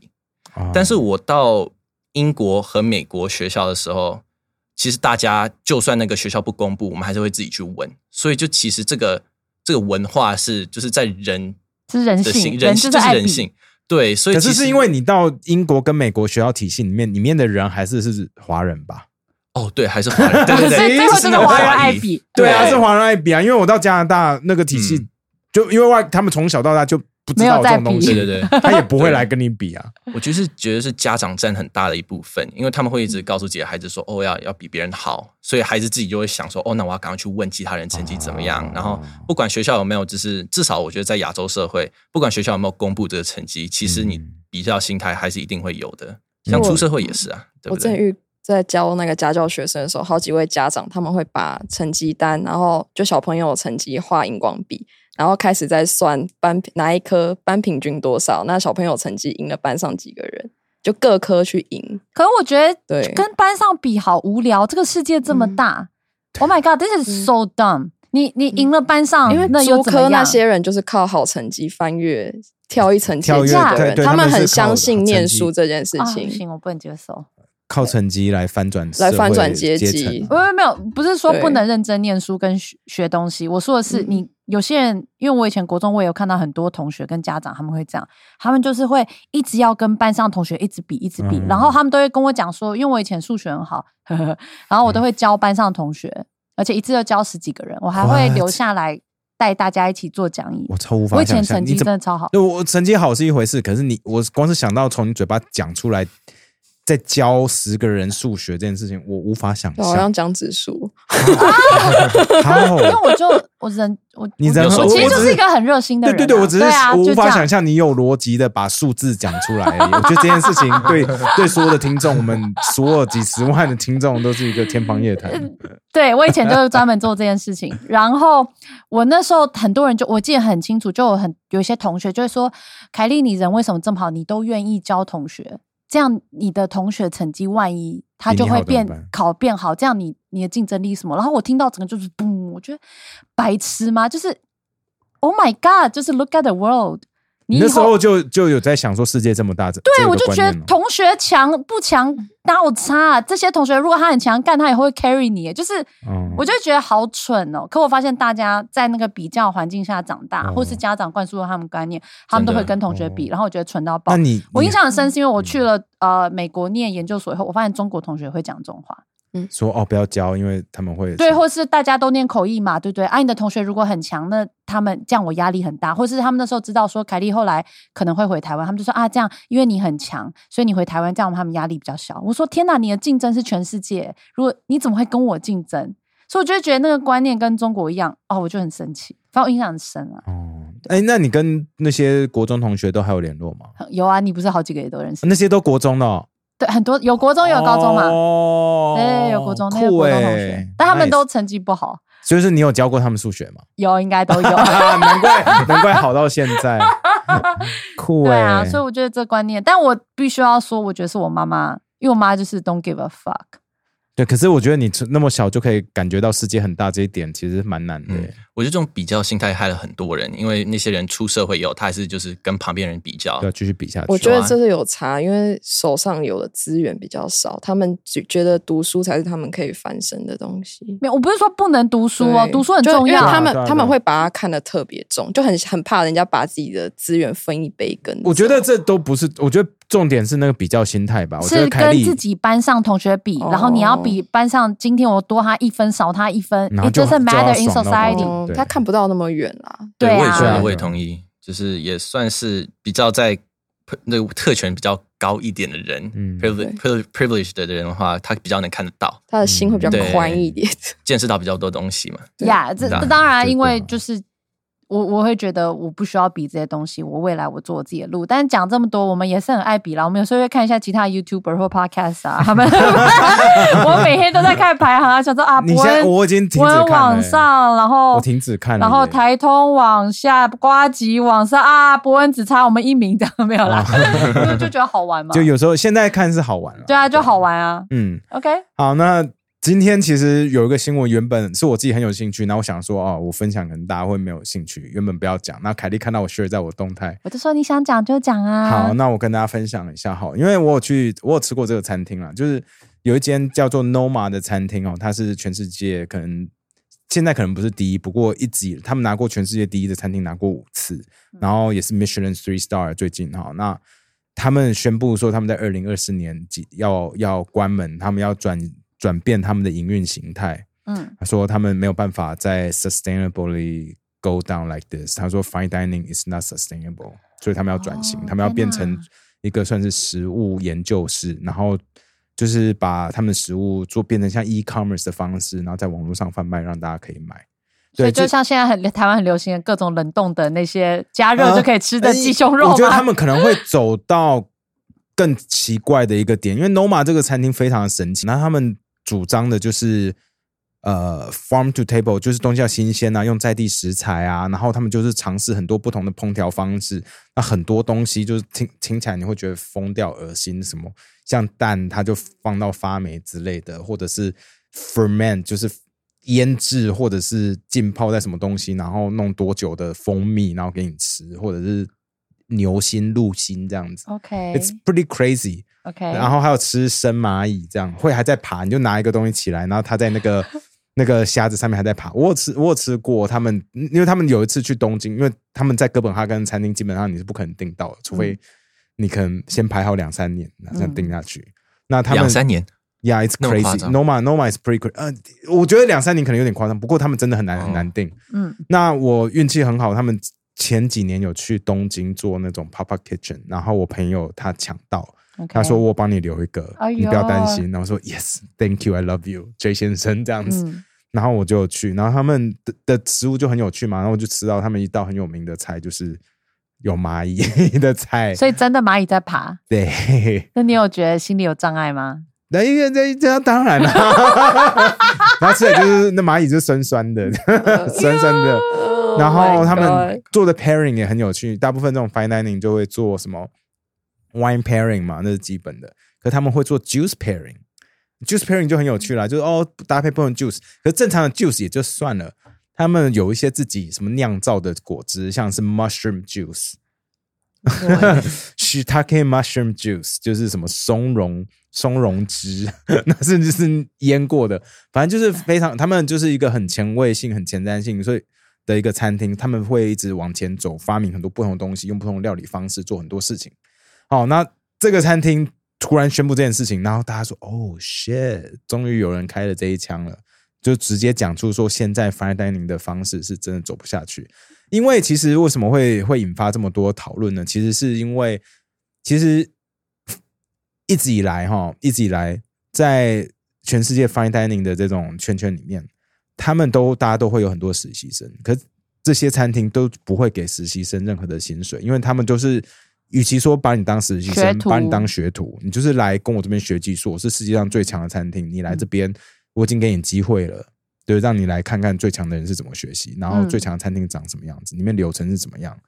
哦
但是我到英国和美国学校的时候，其实大家就算那个学校不公布，我们还是会自己去问。所以就其实这个这个文化是就是在人
是人
的
性，
心人
就
就是
爱
人
比
性。对，所以
可
其
是
实
是因为你到英国跟美国学校体系里面，里面的人还是是华人吧？
哦，对，还是华人，对 对
所以
对，
最后
就是
这
那
个
种
华人
怀
爱
疑
比，
对啊，是华人爱比啊，因为我到加拿大那个体系，
嗯
就因为外他们从小到大就不知
没有
道这
在
种东
比
西，
对对对，
他也不会来跟你比啊。
我就是觉得是家长占很大的一部分，因为他们会一
嗯
直告诉自己的孩子说，哦，要要比别人好，所以孩子自己就会想说，哦，那我要赶快去问其他人成绩怎么样。
哦
然后不管学校有没有，就是至少我觉得在亚洲社会，不管学校有没有公布这个成绩，其实你比较心态还是一定会有的。像出社会也是啊，对
嗯我
不
之前
对？
遇在教那个家教学生的时候，好几位家长他们会把成绩单，然后就小朋友的成绩画荧光笔，然后开始在算班哪一科班平均多少，那小朋友成绩赢了班上几个人，就各科去赢。
可是我觉得
对
跟班上比好无聊，这个世界这么大、o h my God，this is so dumb！你你赢了班上，
因为
那又
主
怎么
科
样？
那些人就是靠好成绩翻越跳一层阶
跳跃
级
架
的
对
人，
对，
他
们
们很
是靠
相信念
成绩，
书这件事
啊，不
情。
行，我不能接受。
靠成绩来翻转
来翻转
社会
阶级
层
没有没有，不是说
对
不能认真念书跟学学东西。我说的是
嗯
你，有些人，因为我以前国中我也有看到很多同学跟家长他们会这样，他们就是会一直要跟班上同学一直比，一直比，
嗯
然后他们都会跟我讲说，因为我以前数学很好，呵呵，然后我都会教班上同学，而且一次就教十几个人，我还会
What？
留下来带大家一起做讲义
我。超无法
我以前
想象
成绩
你怎
真
么
的超 好，
对我成绩好是一回事，可是你我光是想到从你嘴巴讲出来，在教十个人数学这件事情，我无法想
对好像
象。
讲指数，
好，
因为我就我人我
你人
我
很好
我其实
我
就
只
是一个很热心的
对
人啊、
对对，我只是
啊，
我
就
无
这
法
样
想象你有逻辑的把数字讲出来而已。我觉得这件事 情对对所有的听众，我们所有几十万的听众都是一个天方夜
呃
谭。
对我以前就是专门做这件事 情。然后我那时候很多人就我记得很清楚，就有很有一些同学就会说：“凯莉，你人为什么这么好？你都愿意教同学，这样你的同学成绩万一他
比
就
你
会
好怎么
变
办
考变好，这样你你的竞争力什么？”然后我听到整个就是嘣，我觉得白痴吗？就是 Oh my God，就是 Look at the world。
你
以
那时
后
候就就有在想说世界这么大，对
对，我就觉
哦
得同学强不强
嗯
哪有差啊、这些同学如果他很强，干他也会 carry 你耶，就是
嗯
我就觉得好蠢哦。可我发现大家在那个比较环境下长大，
哦
或是家长灌输了他们观念，他们都
真的
会跟同学比，
哦
然后我觉得蠢到爆
那。你
我印象很深，
嗯
是因为我去了呃美国念研究所以后，我发现中国同学会讲这种话，
你说哦，不要教，因为他们会
对，或是大家都念口译嘛，对不对？啊，你的同学如果很强，那他们这样我压力很大，或是他们那时候知道说凯莉后来可能会回台湾，他们就说啊，这样因为你很强，所以你回台湾，这样他们压力比较小。我说天哪，你的竞争是全世界，如果你怎么会跟我竞争？所以我就会觉得那个观念跟中国一样，哦，我就很生气，反正我印象很深啊。
哦，哎，那你跟那些国中同学都还有联络吗？
有啊，你不是好几个也都认识？
那些都国中的哦，
对，很多有国中有高中嘛，
哦，
对，有国中，那有
酷
国中同
哎
学，，但他们都
nice
成绩不好，
就是你有教过他们数学吗？
有应该都有。
啊，难怪难怪好到现在，酷
对
哎、
啊，所以我觉得这观念，但我必须要说，我觉得是我妈妈，因为我妈就是 don't give a fuck。
对，可是我觉得你从那么小就可以感觉到世界很大这一点，其实蛮难的、
嗯我觉得这种比较心态害了很多人，因为那些人出社会以后，他还是就是跟旁边人比较
要，继续比下去。
我觉得
啊
这是有差，因为手上有的资源比较少，他们只觉得读书才是他们可以翻身的东西。
没有，我不是说不能读书哦，
对
读书很
就
重
因为
要。
他
对啊
们
对啊
他
对啊
们会把它看得特别重，就很很怕人家把自己的资源分一杯羹。
我觉得这都不是，我觉得重点是那个比较心态啊吧。我觉
是
得凯
跟
莉
自己班上同学比，
哦
然后你要比班上今天我多他一分，少他一分
然后
，it
就
doesn't
就要
matter in
爽到爆
society。
哦
对
他看不到那么远啦。
对，
对
我也
啊
觉得，
对
我也
啊
同意，就是也算是比较在 pri- 那个特权比较高一点的人、
嗯
p r i v i l e g e privilege 的人的话，他比较能看得到、
他的心
嗯
会比较
对
宽一点，
见识到比较多东西嘛。
呀，这
对啊
这当然，
对
因为
对啊
就是我我会觉得我不需要比这些东西，我未来我做我自己的路。但是讲这么多，我们也是很爱比啦，我们有时候会看一下其他 YouTuber 或 Podcast 啊，他们 我每天都在看排行啊，想说啊，
你
伯
现在
恩
我已经停
伯
止
恩
看了、欸
往上，然后
我停止看了耶，欸
然后台通往下，瓜吉往上啊，伯恩只差我们一名，这样没 有啦，
哦
就就觉得好玩嘛，
就有时候现在看是好玩了。
对啊，就好玩啊。
嗯，
OK，
好，那今天其实有一个新闻，原本是我自己很有兴趣，然后我想说，哦，我分享可能大家会没有兴趣，原本不要讲。那凯莉看到我 share 在我动态，
我就说你想讲就讲啊。
好，那我跟大家分享一下好，因为我有去，我有吃过这个餐厅啦，就是有一间叫做 Noma 的餐厅哦，它是全世界可能现在可能不是第一，不过一直以他们拿过全世界第一的餐厅拿过五次，然后也是 Michelin Three Star 最近哈，那他们宣布说他们在二零二四年几要要关门，他们要转转变他们的营运形态，
嗯，
他说他们没有办法再 sustainably go down like this。他说 fine dining is not sustainable，所以他们要转型，
哦
他们要变
天
成
哪
一个算是食物研究室，然后就是把他们的食物做变成像 e commerce 的方式，然后在网络上贩卖，让大家可以买。
所以
对，
就
这
像现在很台湾很流行的各种冷冻的那些加热
呃
就可以吃的
呃
鸡胸肉
我觉得
吗？
他们可能会走到更奇怪的一个点，因为 Noma 这个餐厅非常的神奇，那他们主张的就是呃 farm to table，就是东西要新鲜啊，用在地食材啊，然后他们就是尝试很多不同的烹调方式，那啊很多东西就是听听起来你会觉得疯掉、恶心什么，像蛋它就放到发霉之类的，或者是 ferment 就是腌制或者是浸泡在什么东西，然后弄多久的蜂蜜，然后给你吃，或者是牛心、鹿心这样子。
OK
It's pretty crazy，、
OK，
然后还有吃生蚂蚁，这样会还在爬，你就拿一个东西起来，然后它在那个那个虾子上面还在爬。我有吃，我有吃过他们，因为他们有一次去东京，因为他们在哥本哈根餐厅基本上你是不可能订到的，除非你可能先排好两三年，然后再订下去。那他们
两三年，
Yeah, it's
那么夸
crazy.
张
Noma, Noma is pretty crazy. 呃，我觉得两三年可能有点夸张，不过他们真的很难、很难
哦
定。
嗯
那我运气很好，他们前几年有去东京做那种 Papa Kitchen，然后我朋友他抢到，
，OK，
他说我帮你留一个，
哎呦
你不要担心。然后说 Yes, thank you, I love you, J 先生这样子。
嗯
然后我就去，然后他们的的食物就很有趣嘛，然后我就吃到他们一道很有名的菜，就是有蚂蚁的 菜。
所以真的蚂蚁在爬，
对。
那你有觉得心里有障碍吗？
那一个这这当然啦， 然后吃的就是那蚂蚁就是酸酸
嗯
的， 酸酸的。 然
Oh
后他们做的 pairing 也很有趣，大部分这种 fine dining 就会做什么 wine pairing 嘛，那是基本的。可他们会做 juice pairing。juice pairing 就很有趣啦，就是哦搭配不同 juice，可是正常的 juice 也就算了，他们有一些自己什么酿造的果汁，像是 mushroom juice，shiitake mushroom juice 就是什么松茸松茸汁， 那甚至是腌过的，反正就是非常，他们就是一个很前卫性、很前瞻性，所以的一个餐厅，他们会一直往前走，发明很多不同的东西，用不同的料理方式做很多事情。好，那这个餐厅突然宣布这件事情，然后大家说：“哦，shit！” 终于有人开了这一枪了，就直接讲出说现在 fine dining 的方式是真的走不下去。因为其实为什么会会引发这么多讨论呢？其实是因为其实一直以来哈，一直以来在全世界 fine dining 的这种圈圈里面，他们都大家都会有很多实习生，可这些餐厅都不会给实习生任何的薪水，因为他们都是。与其说把你当实习
学
生，
徒
把你当学徒，你就是来跟我这边学技术。我是世界上最强的餐厅，你来
嗯
这边，我已经给你机会了，对，让你来看看最强的人是怎么学习，然后
嗯
最强的餐厅长什么样子，里面流程是怎么样。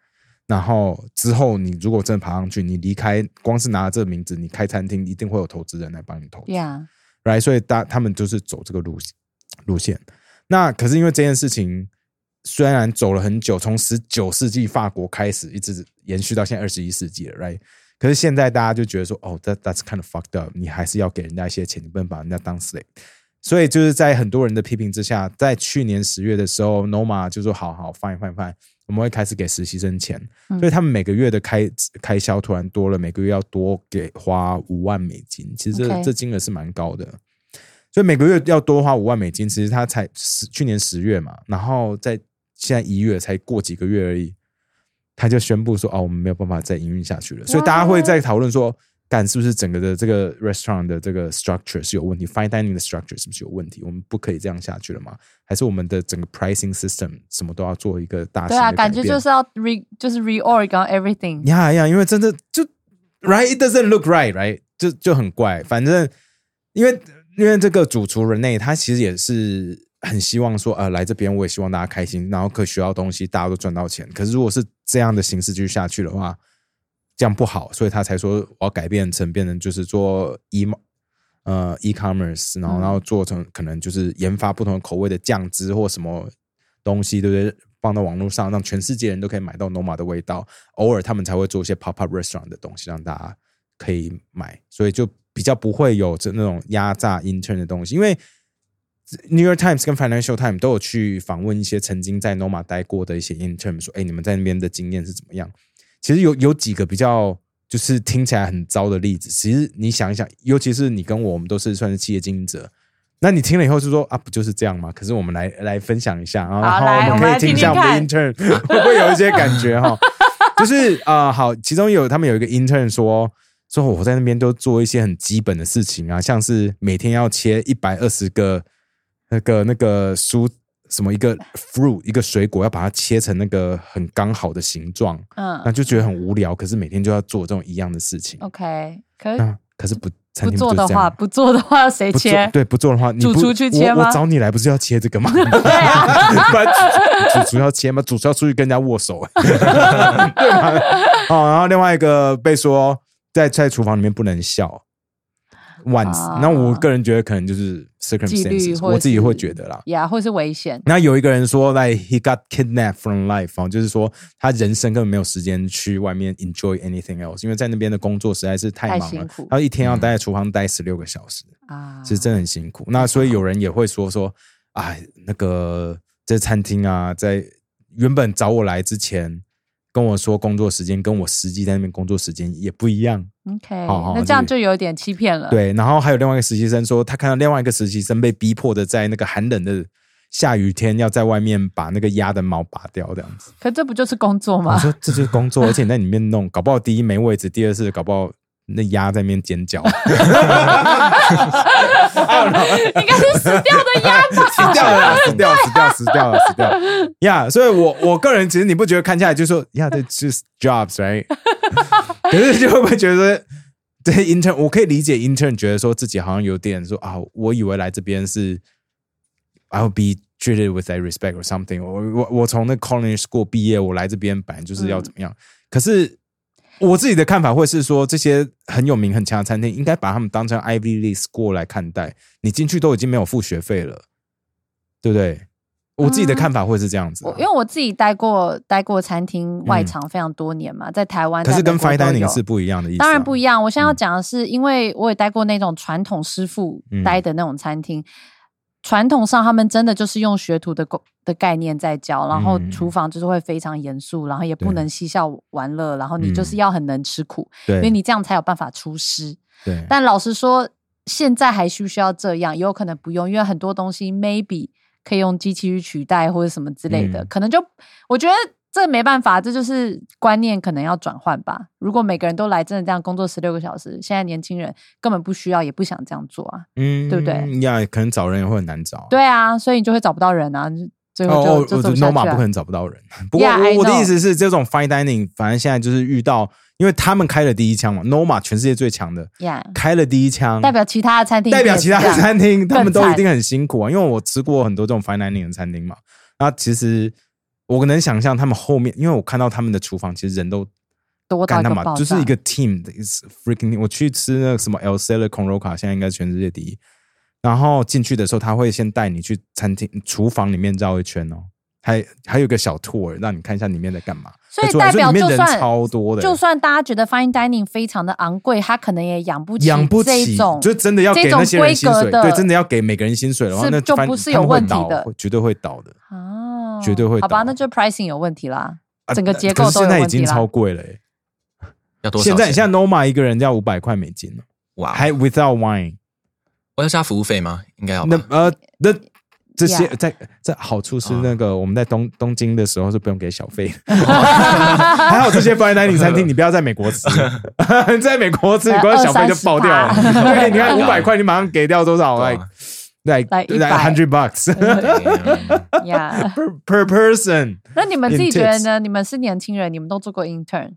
然后之后，你如果真的爬上去，你离开，光是拿这个名字，你开餐厅一定会有投资人来帮你投资。
，Yeah，
right？所以大他们就是走这个路路线。那可是因为这件事情，虽然走了很久，从十九世纪法国开始，一直延续到现在二十一世纪了，right？可是现在大家就觉得说，哦，that that's kind of fucked up，你还是要给人家一些钱，你不能把人家当 slave。所以就是在很多人的批评之下，在去年十月的时候，Noma 就说：“好好，fine fine fine，我们会开始给实习生钱。
嗯
所以他们每个月的开开销突然多了，每个月要多给花五万美金，其实这
OK
这金额是蛮高的。所以每个月要多花五万美金，其实他才十去年十月嘛，然后在现在一月才过几个月而已，他就宣布说：“哦，我们没有办法再营运下去了。”所以大家
哦
会在讨论说，干是不是整个的这个 restaurant 的这个 structure 是有问题，fine dining 的 structure 是不是有问题？我们不可以这样下去了吗？还是我们的整个 pricing system 什么都要做一个大型
对
的
啊，
改
感觉
变？
就是要 re 就是 reorg on everything，
呀呀，因为真的就 right，it doesn't look right，right 就就很怪。反正因为因为这个主厨人类，他其实也是很希望说，呃，来这边我也希望大家开心，然后可以学到东西，大家都赚到钱。可是如果是这样的形式继续下去的话，这样不好，所以他才说我要改变成变成就是做 e 呃 e-commerce，然后
嗯
然后做成可能就是研发不同的口味的酱汁或什么东西，对不对？放到网络上，让全世界人都可以买到 Noma 的味道。偶尔他们才会做一些 pop up restaurant 的东西，让大家可以买，所以就比较不会有这那种压榨 intern 的东西，因为。New York Times 跟 Financial Times 都有去访问一些曾经在 Noma 待过的一些 intern，说：“哎、你们在那边的经验是怎么样？”其实有有几个比较就是听起来很糟的例子，其实你想一想，尤其是你跟我，我们都是算是企业经营者。那你听了以后就说啊，不就是这样吗？可是我们来来分享一下，然后
来
我
我们
们可以
来听
听一下我
听
们的 intern 会不会有一些感觉哈？就是啊、呃好，其中有他们有一个 intern 说说我在那边都做一些很基本的事情啊，像是每天要切一百二十个那个那个蔬什么一个 fruit 一个水果，要把它切成那个很刚好的形状，那
嗯
就觉得很无聊。可是每天就要做这种一样的事情，
，OK，可
那可是不餐
不
厅
做
就
的
是这
话，
样。
不做的话谁
不做
切？
对不做的话，你
主
不
厨去切
我我
吗
找你来不是要切这个吗？
对啊，
不然主主主要切吗？主要出去跟人家握手、 欸，对吧？ 哦，然后另外一个被说在在厨房里面不能笑，once、
啊
那我个人觉得可能就是
纪律
circumstances，
或者
我自己
是
会觉得啦。
呀，或是危险。
那有一个人说，like he got kidnapped from life，哦，就是说他人生根本没有时间去外面 enjoy anything else，因为在那边的工作实在是太
太
忙了
辛苦，嗯
他一天要待在厨房待十六个小时。
啊，
其实真的很辛苦。那所以有人也会说说，哎，那个这餐厅啊，在原本找我来之前跟我说工作时间，跟我实际在那边工作时间也不一样。
OK，
好好
那
这
这样
个
就有点欺骗了。，
对，然后还有另外一个实习生说，他看到另外一个实习生被逼迫的在那个寒冷的下雨天要在外面把那个鸭的毛拔掉，这样子。
可这不就是工作
我
吗？
说这就是工作，而且你在里面弄，搞不好第一没位置，第二是搞不好那鸭在那边尖叫。
应该是死掉的 鸭吧？
死掉了 啦，死掉了，死掉了，死掉了，死掉了呀！所以我我个人其实你不觉得看下来就说呀，这就是 jobs，right？可是就会不会觉得这 intern 我可以理解 intern 觉得说自己好像有点说啊，我以为来这边是 I'll be treated with that respect or something 我。我我从那 college school 毕业，我来这边本来就是要怎么样，可是。我自己的看法会是说，这些很有名很强的餐厅，应该把他们当成 Ivy League school 来看待。你进去都已经没有付学费了，对不对？我自己的看法会是这样子
嗯
啊、
我因为我自己待过待过餐厅外场非常多年嘛，在台湾，
嗯可是
在
跟
美国
fine
都
dining
有
是不一样的意思、啊
当然不一
样。
样。我现在要
嗯
讲的是，因为我也待过那种传统师傅
嗯
待的那种餐厅，传统上他们真的就是用学徒的构的概念在教，然后
嗯
厨房就是会非常严肃，然后也不
对
能嬉笑玩乐，然后你就
嗯
是要很能吃苦，
对，
因为你这样才有办法出师。
对
但老实说，现在还需不需要这样？也有可能不用，因为很多东西 maybe 可以用机器去取代或者什么之类的，
嗯
可能就我觉得这没办法，这就是观念可能要转换吧。如果每个人都来真的这样工作十六个小时，现在年轻人根本不需要，也不想这样做啊。
嗯
对不对？
呀，可能找人也会很难找。
对啊，所以你就会找不到人啊，你就最后就、
哦哦，
就
我
做不下
Noma
去、
不可
啊。
能找不到人。不过
Yeah,
我
I
我的
know.
意思是，这种 fine dining 反正现在就是遇到，因为他们开了第一枪嘛，Noma 全世界最强的，
Yeah，
开了第一枪，
代表其他的餐厅，
代表其他的餐厅，他们都
更
一
惨
定很辛苦啊。因为我吃过很多这种 fine dining 的餐厅嘛，那其实我能想象他们后面，因为我看到他们的厨房其实人都
多到
干
一
他
个爆
嘛，
炸，
就是一个 team 的 is freaking。我去吃那个什么 El c e l a c o n r o c a 现在应该全世界第一。然后进去的时候，他会先带你去餐厅厨房里面绕一圈哦，还还有一个小 tour 让你看一下里面在干嘛。哎
所以
在厨房
代表
所以里
就
面人
算
超多的，
就算大家觉得 fine dining 非常的昂贵，他可能也养不起
养不
这
起
一种，
就真的要给
这种
那些人薪水，
规格的
对，真的要给每个人薪水的话，
是
那
就
翻
不是
他们
有
会
问题
倒
的
会绝对会倒的。
啊，
绝对会
好吧，
倒
那就 pricing 有问题 啦，
啊
整个结
可
构
是
都有
现在已
问题
经超
啦。
贵了、欸，
要多少
现
钱？
在现在 Noma 一个人要五百块美金了，哦
哇，
啊
还 without wine。
我要加服务费吗？应该要
那
吧。
呃，那这些
Yeah
在在好处是
啊
那个我们在东东京的时候是不用给小费， 还好这些 fine dining 餐厅你不要在美国 吃，你在美国吃你
呃
光小费就爆掉了，
20-30%
对，你看五百块你马上给掉多少
对
来
啊
来
来100
hundred bucks
嗯
Yeah，
per per person，
那你们自己
In
觉得
tips
呢？你们是年轻人，你们都做过 intern，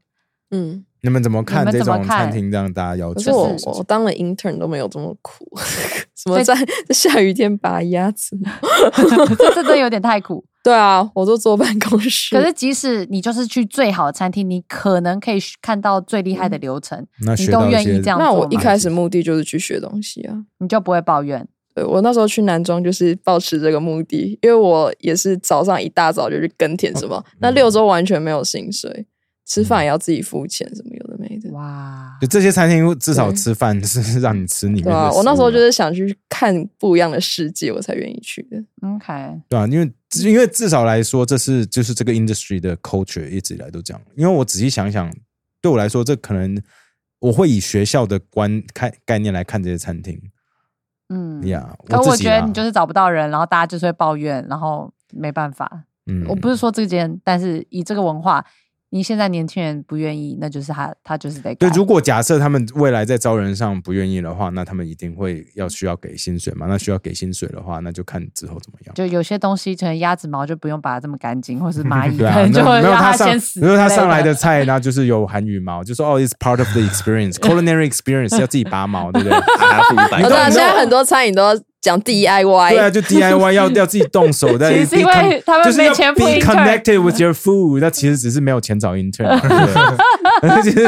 嗯，
你们怎么看
你们
这
怎么
种
看
餐厅让大家要
可
求？
是我
就是
我当了 intern 都没有这么苦， 什么在在下雨天拔鸭子，
这这真的有点太苦。
对啊，我都坐办公室。
可是即使你就是去最好的餐厅，你可能可以看到最厉
嗯
害的流程，
那
你
学
都
到一
愿
些
意这样做吗
那我一开始目的就是去学东西啊。
你就不会抱怨。
对我那时候去男装就是抱持这个目的，因为我也是早上一大早就去耕田什么，那六周完全没有薪水，吃饭也要自己付钱，什么有的没的。
哇，
就这些餐厅至少
对
吃饭是让你吃里面
对
的食物
啊
嘛。，
我那时候就是想去看不一样的世界，我才愿意去的。
OK，
对啊，因为因为至少来说，这是就是这个 industry 的 culture 一直以来都这样。因为我仔细想一想，对我来说，这可能我会以学校的观看概念来看这些餐厅
嗯，
呀。
可我
自己
觉得
啦
你就是找不到人，然后大家就是会抱怨，然后没办法。
嗯，
我不是说这间，但是以这个文化，你现在年轻人不愿意，那就是他他就是得
对
改。。
如果假设他们未来在招人上不愿意的话，那他们一定会要需要给薪水嘛？那需要给薪水的话，那就看之后怎么样。
就有些东西，可能鸭子毛就不用把它这么干净，或是蚂蚁，
对
嗯可
啊，
能就
那
会
没有
让它
上
先，死之
如
类。
果他上来的菜，那就是有含羽毛，就说哦，it's part of the experience，culinary experience 要自己拔毛，对不对？
哎
还付五百
你都
我知
你
道哦啊
都
现在很多餐饮都要讲
对啊，
DIY，
就 DIY 要要自己动 手的，
其实是因为
be con-
他们
就是要
没钱付
be
intern
connected with your food，那其实只是没有钱找 intern，对 其实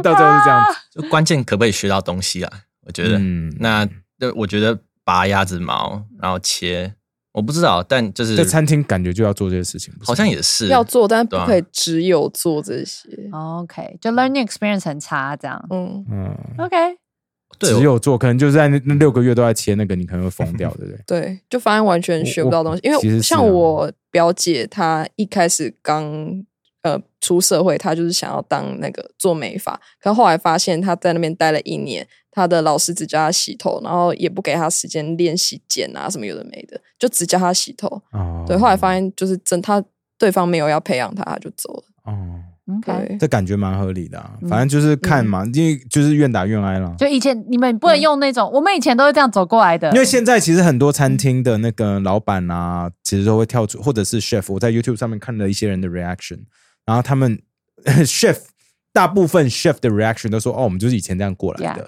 到最后是这样子。
就关键可不可以学到东西啊？我觉得，
嗯
那那我觉得拔鸭子毛，然后切，我不知道，但就是
在餐厅感觉就要做这些事情，不是
好像也是
要做，但不
对啊
可以只有做这些。
OK，就 learning experience 很差这样。
嗯，
嗯，
OK，
对
只有做，可能就是在那那六个月都在切那个，你可能会疯 掉，对不对？
对，就发现完全学不到东西，因
其实
为
是
像
啊
我表姐，她一开始刚呃出社会，她就是想要当那个做美发，可后来发现她在那边待了一年，她的老师只教她洗头，然后也不给她时间练习剪啊什么有的没的，就只教她洗头。
哦，
对，后来发现就是真她对方没有要培养她，她就走了。
哦，
OK，
对，
这感觉蛮合理的啊，反正就是看嘛，因为就是愿打愿挨啦。
嗯就以前你们不能用那种，我们以前都是这样走过来的。
因为现在其实很多餐厅的那个老板啊，其实都会跳出，或者是 chef。我在 YouTube 上面看了一些人的 reaction，然后他们 chef 大部分 chef 的 reaction 都说：“哦，我们就是以前这样过来的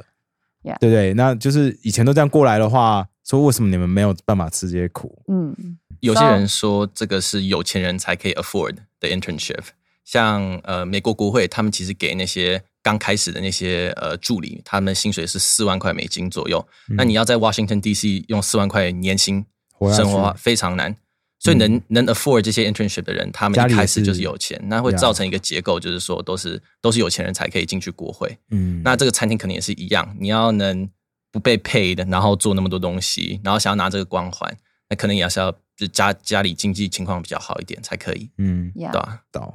Yeah. Yeah.
对不对？那就是以前都这样过来的话，说为什么你们没有办法吃这些苦？
嗯，
有些人说这个是有钱人才可以 afford 的 internship，像呃美国国会，他们其实给那些刚开始的那些呃助理，他们薪水是四万块美金左右。那你要在 Washington D.C. 用四万块年薪
嗯活下去嗯
生活非常难，所以能、能 afford 这些 internship 的人，他们
家里
一
也
开始就是是有钱，那会
呀
造成一个结构，就是说都是都是有钱人才可以进去国会。
嗯，
那这个餐厅可能也是一样，你要能不被 paid，然后做那么多东西，然后想要拿这个光环，那可能也是要就家家里经济情况比较好一点才可以，
嗯，
呀、
对啊吧、
到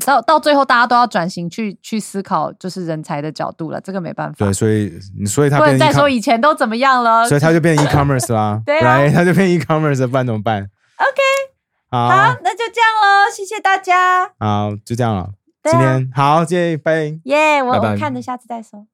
到到最后大家都要转型去去思考，就是人才的角度了，这个没办法
对，，所以所以他
不
变
能再说
e-com-
以前都怎么样了
所。以他就变 e-commerce 啦，
对啊
来他就变 e-commerce，了不然怎么办？OK，好
好，，那就这样喽，谢谢大家，
好，就这样了。
对
今
啊
天好，谢谢，拜。
耶、我
拜拜
我看了，下次再说。